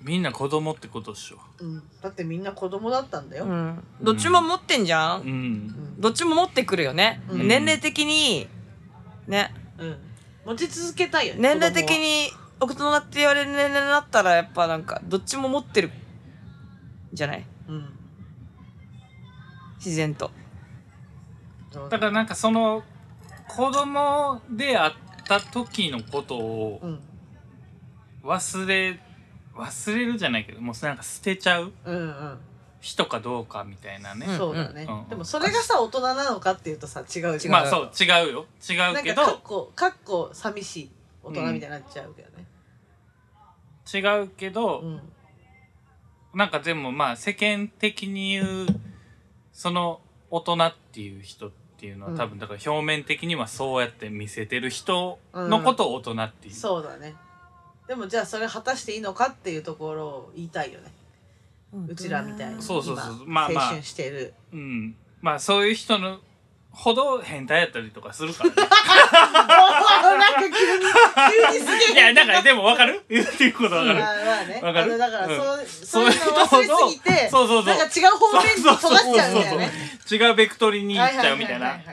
Speaker 4: みんな子供ってことっしょ
Speaker 1: うん、だってみんな子供だったんだよ、
Speaker 3: うん。どっちも持ってんじゃん、
Speaker 4: うん
Speaker 3: どっちも持ってくるよね。
Speaker 1: うん
Speaker 3: 年齢的に、ね。
Speaker 1: うん、持ち続けたいよね
Speaker 3: 年齢的に、大人って言われる年齢になったら、やっぱなんか、どっちも持ってる。じゃない
Speaker 1: 子供は
Speaker 3: 自然と。
Speaker 1: うん
Speaker 4: だからなんかその子供であった時のことを
Speaker 1: うん
Speaker 4: 忘れ忘れるじゃないけどもうなんか捨てちゃう
Speaker 1: うんうん
Speaker 4: 人かどうかみたいなね、
Speaker 3: うん
Speaker 1: そうだね、
Speaker 4: うん
Speaker 1: でもそれがさ大人なのかっていうとさ違うじゃん
Speaker 4: まあそう違うよ違
Speaker 1: な
Speaker 4: うんけ
Speaker 1: かかっ
Speaker 4: ど
Speaker 1: こかっこ寂しい大人みたいになっちゃうけどね、
Speaker 4: 違うけど、
Speaker 1: うん
Speaker 4: なんかでもまあ世間的に言うその大人っていう人っていうのは多分だから表面的にはそうやって見せてる人のことを大人っていう、
Speaker 1: そうだねでもじゃあそれ果たしていいのかっていうところを言いたいよねうちらみたいに
Speaker 4: そうそうそう
Speaker 1: 今
Speaker 4: まあまあ
Speaker 1: 青春して る
Speaker 4: うんまあそういう人のほど変態やったりとかするか ら、ね、
Speaker 1: なんか急に急にす
Speaker 4: い
Speaker 1: げえ
Speaker 4: やだからでもわかる言 ってることわ
Speaker 1: ま
Speaker 4: かる
Speaker 1: あまあね
Speaker 4: わかる
Speaker 1: あのだから、
Speaker 4: うん
Speaker 1: そそういうのを忘れすぎて
Speaker 4: そうそうそう
Speaker 1: なんか違う方面に尖っちゃうみたいなね
Speaker 4: 違うベクトリに行っちゃうみたい
Speaker 1: は
Speaker 4: な
Speaker 1: ははは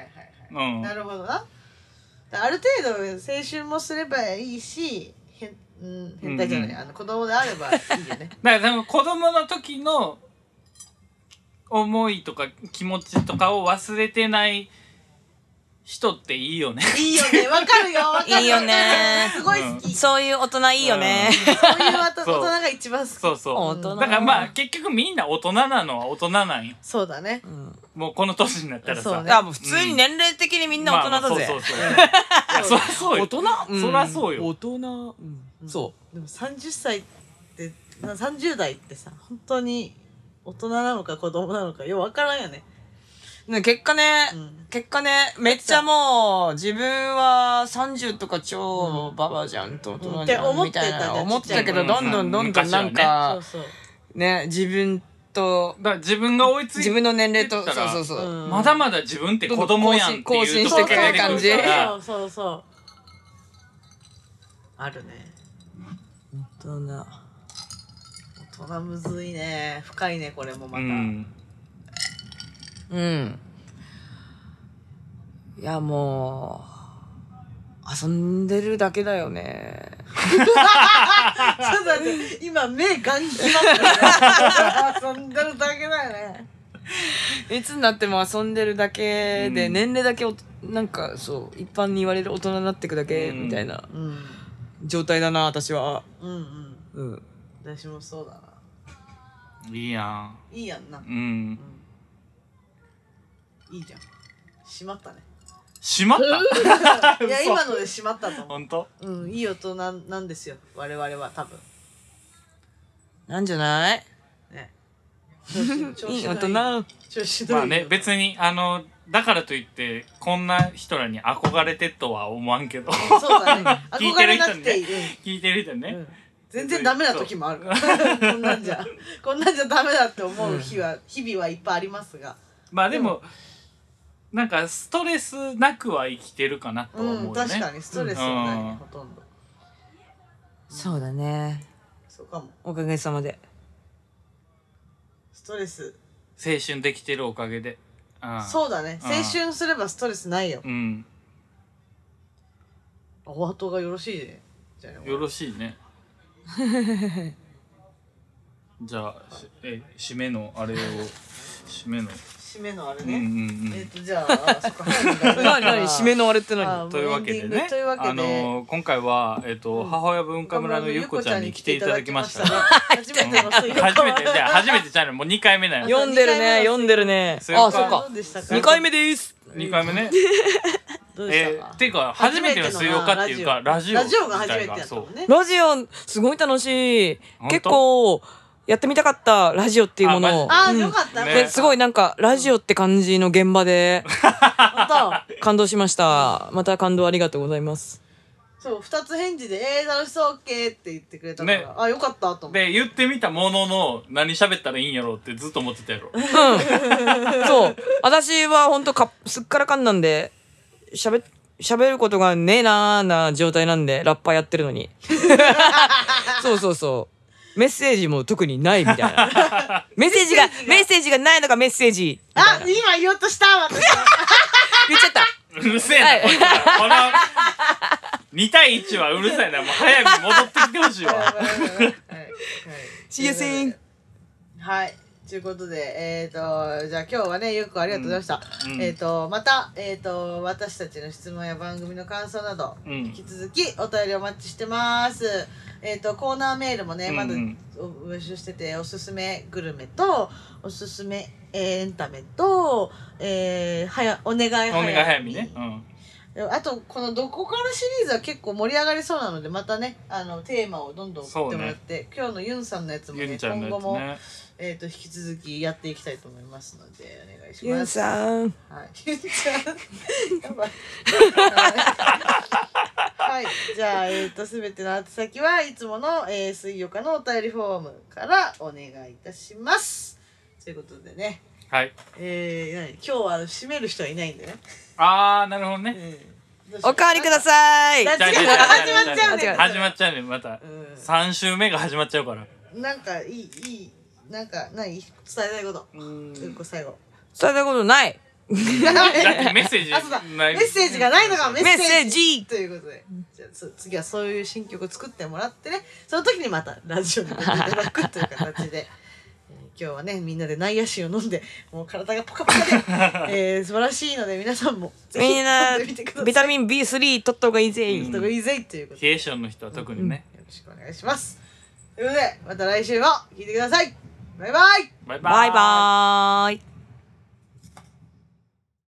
Speaker 4: う
Speaker 1: は
Speaker 4: ん
Speaker 1: なるほどなある程度青春もすればいいしへん、うん、変態じゃない、
Speaker 4: うん
Speaker 1: あの子供であればいい よね
Speaker 4: だから多分子供の時の思いとか気持ちとかを忘れてない人っていいよね。
Speaker 1: いいよねわかるよわかる
Speaker 3: いいよね
Speaker 1: すごい好き、
Speaker 4: うん
Speaker 1: そう
Speaker 3: そういう大人いいよね。
Speaker 1: いう大人が一番好き
Speaker 4: そうそ
Speaker 3: 大
Speaker 4: う。
Speaker 3: 人。
Speaker 4: だからまあ結局みんな大人なのは大人なんよ。
Speaker 1: そうだね
Speaker 3: うん。
Speaker 4: もうこの年になったら
Speaker 1: そう
Speaker 4: さ。
Speaker 1: ね
Speaker 3: だからもう普通に年齢的にみんな大人だ
Speaker 4: ま
Speaker 3: ぜ。
Speaker 4: あまあそうそうそう。いやそりゃそうよ。
Speaker 3: 人
Speaker 4: そらそうよ
Speaker 3: 大人、うんそ
Speaker 1: でも30歳ってな30代ってさ本当に大人なのか子供なのかようわからんよね、
Speaker 3: う。ね結果ね、
Speaker 1: うん
Speaker 3: 結果ね、めっちゃもう、自分は30とか超ババじゃんと大人じゃ
Speaker 1: うん
Speaker 3: ん
Speaker 1: って思っ
Speaker 3: み
Speaker 1: てた
Speaker 3: たい
Speaker 1: じゃん
Speaker 3: な思ってたけど、
Speaker 4: ちっちゃ
Speaker 3: ど
Speaker 4: い
Speaker 3: ん
Speaker 4: 頃
Speaker 3: どんどんどん
Speaker 4: うん
Speaker 3: なん
Speaker 1: そ
Speaker 3: か
Speaker 1: う、そう
Speaker 3: ね、自分と、
Speaker 4: だから自分が追いつ
Speaker 3: 自
Speaker 4: いて
Speaker 3: 分の年齢と、
Speaker 4: 言
Speaker 3: そ
Speaker 4: っ
Speaker 3: う
Speaker 4: たら
Speaker 3: そうそう。
Speaker 1: うん
Speaker 4: まだまだ自分って子供やんって
Speaker 3: 更
Speaker 4: い
Speaker 3: 新
Speaker 4: うと
Speaker 3: し
Speaker 4: こ
Speaker 3: て
Speaker 4: ろ
Speaker 3: くれ
Speaker 4: が出てく
Speaker 3: る感じ
Speaker 4: るから
Speaker 1: そうそうそうそうあるね
Speaker 3: 大人。
Speaker 1: 大人むずいね深いねこれもま
Speaker 4: う
Speaker 1: た、
Speaker 4: ん。
Speaker 3: うん。いや、もう、遊んでるだけだよね。
Speaker 1: ちょっと待って今目ガン決まってる 遊んでるだけだよね
Speaker 3: いつになっても遊んでるだけで、
Speaker 4: うん
Speaker 3: 年齢だけおなんかそう一般に言われる大人になってくだけみたいな
Speaker 1: うん
Speaker 3: 状態だな私は、
Speaker 1: うんうん
Speaker 3: うん、
Speaker 1: 私もそうだない
Speaker 4: いやん。
Speaker 1: いいやんな、
Speaker 4: うん。
Speaker 1: いいじゃんしま ったね
Speaker 4: しまった
Speaker 1: いや今のでしまったと思
Speaker 4: 本当
Speaker 1: う、うん、いい大人なんですよ我々は 多分
Speaker 3: なんじゃない
Speaker 1: ね調子調子の
Speaker 3: いい大人
Speaker 1: 調子のいい
Speaker 4: まあね、別に、あの、だからといって、こんな人らに憧れてとは思わんけ ど、
Speaker 1: そうだね。
Speaker 4: 聞い
Speaker 1: 憧
Speaker 4: てる
Speaker 1: れな
Speaker 4: 人
Speaker 1: く
Speaker 4: に
Speaker 1: ていい。
Speaker 4: ね、聞いてる人に
Speaker 1: うん
Speaker 4: ね、
Speaker 1: 全然ダメな時も ある。こんなんじゃ、 こんなんじゃダメだって思う日は、日々はいっぱいありますが。
Speaker 4: まあでも、なんかストレスなくは生きてるかなとは思う
Speaker 1: う
Speaker 4: よね
Speaker 1: ん、。確かにストレスはないね、ほとんど。
Speaker 3: そうだね
Speaker 1: そうかも。
Speaker 3: おかげさまで
Speaker 1: ストレス。
Speaker 4: 青春できてるおかげで。うん、
Speaker 1: そうだね。
Speaker 4: うん
Speaker 1: 青春すればストレスないよ。
Speaker 4: うん。
Speaker 1: お後がよろしいね。じゃあね
Speaker 4: よろしい ね。じゃあ、しえ、締めのあれを、締めの。
Speaker 1: 締めのあれ
Speaker 4: うんう
Speaker 1: ね。
Speaker 4: ん
Speaker 1: えっと、じゃあ、あそっか。早く
Speaker 3: なにな に締めのあれって
Speaker 1: あ
Speaker 3: 何
Speaker 4: うん。というわけで
Speaker 1: エンディン
Speaker 4: ね
Speaker 1: グ、というわけで
Speaker 4: あの今回は、えっと、母親文化村のゆうこちゃんに来ていただきました。
Speaker 1: 初めての水曜日
Speaker 4: 初めて、じゃあ初めてじゃない、もう2回目なん
Speaker 1: よ
Speaker 4: よ。
Speaker 3: 読んでるね読んでるね
Speaker 4: そうか
Speaker 3: あそうか
Speaker 1: どうでしたか
Speaker 3: 2回目です
Speaker 4: 2回目ね。
Speaker 1: どうでし
Speaker 4: え
Speaker 1: たか
Speaker 4: ー、ていうか、初めての水曜化っていうか、ラジオ。
Speaker 1: ラジオが初めてやったもん
Speaker 4: そう
Speaker 1: ね
Speaker 3: ラジオすごい楽しい
Speaker 4: 本当
Speaker 3: 結構やってみたかったラジオっていうものを
Speaker 1: ああ
Speaker 3: うん
Speaker 1: よかった
Speaker 4: ね
Speaker 3: ですごいなんかラジオって感じの現場で
Speaker 1: 本
Speaker 3: 感動しましたまた感動ありがとうございます
Speaker 1: 当そう二つ返事で「えー、楽しそうオッケー」って言ってくれたから、
Speaker 4: ね
Speaker 1: あよかったと思って
Speaker 4: で、言ってみたものの、何喋ったらいいんやろうってずっと思ってた やろ。
Speaker 3: そう。私は本当か、すっからかんなんで、喋、喋ることがねえなーな状態なんで、ラッパーやってる のに。そうそうそう。メッセージも特にないみたいな。 メッセージが、メッセージがないのがメッセージ。
Speaker 1: あ今言おうとした私
Speaker 3: 言っちゃった。
Speaker 4: うるせえな、
Speaker 3: はい
Speaker 4: こいつらこの、2対1はうるさいな。もう早く戻ってきてほしい わ。
Speaker 1: はいはいはい
Speaker 3: See you soon.
Speaker 1: はいということでえっ、とじゃあ今日はねゆうこありがとうございました、
Speaker 4: うんうん
Speaker 1: えっ、とまたえっ、と私たちの質問や番組の感想など
Speaker 4: うん
Speaker 1: 引き続きお便りお待ちしてますえっ、と、コーナーメールもね、
Speaker 4: うん
Speaker 1: まだ
Speaker 4: うん
Speaker 1: 募集してて、おすすめグルメと、おすすめエンタメと、えー、はや、お願い早
Speaker 4: お願い早見ね。うん。
Speaker 1: あと、このどこからシリーズは結構盛り上がりそうなので、またね、あの、テーマをどんどん送ってもらって、今日のユンさんのやつも
Speaker 4: ゆ
Speaker 1: ね、
Speaker 4: りちゃんの
Speaker 1: 今後も、
Speaker 4: やつ
Speaker 1: えっ、と、引き続きやっていきたいと思いますので、お願いし
Speaker 3: ユ
Speaker 1: ま
Speaker 3: ン
Speaker 1: す。
Speaker 3: さん。
Speaker 1: はい。ゆんちゃん。や ばい。はい。じゃあ、えっ、と、すべての宛先はいつもの、えー、水曜日のお便りフォームからお願いいたします。ということでね、
Speaker 4: ね。はい。
Speaker 1: えー、何今日は締める人はいないんでね。
Speaker 4: あー、なるほど
Speaker 1: う
Speaker 4: ね。
Speaker 1: ん。
Speaker 3: おかわりください。
Speaker 1: あ違う
Speaker 4: じゃあじゃあ
Speaker 1: 始まっちゃう
Speaker 3: じ
Speaker 1: ね
Speaker 3: ゃあ
Speaker 4: 始まっちゃうね、また。
Speaker 1: う
Speaker 4: 3週目が始まっちゃうから。
Speaker 1: ん、なんかいいいいなんか何伝えたいこと
Speaker 4: うん
Speaker 1: うんこ最後
Speaker 3: 伝えたこ とない。
Speaker 4: だってメッセージ
Speaker 1: あそうだ
Speaker 4: ない
Speaker 1: メッセージがないのがメッセージ
Speaker 3: メッセージ
Speaker 1: ということでじゃあつ次はそういう新曲を作ってもらってねその時にまたラジオに出ていただくという形で えー今日はねみんなで内野手を飲んでもう体がポカポカで、えー、素晴らしいので皆さんもぜひ
Speaker 3: みんな
Speaker 1: 飲んでみてください
Speaker 3: ビタミン B3 取った方がいいぜ。
Speaker 4: う
Speaker 1: ちょっといいぜということで
Speaker 4: 冷
Speaker 1: よ
Speaker 4: え性の人は特にね。
Speaker 1: ろしくお願いしますということでまた来週も聞いてくださいバイバイ
Speaker 4: バイバーイ。
Speaker 3: バイバーイ。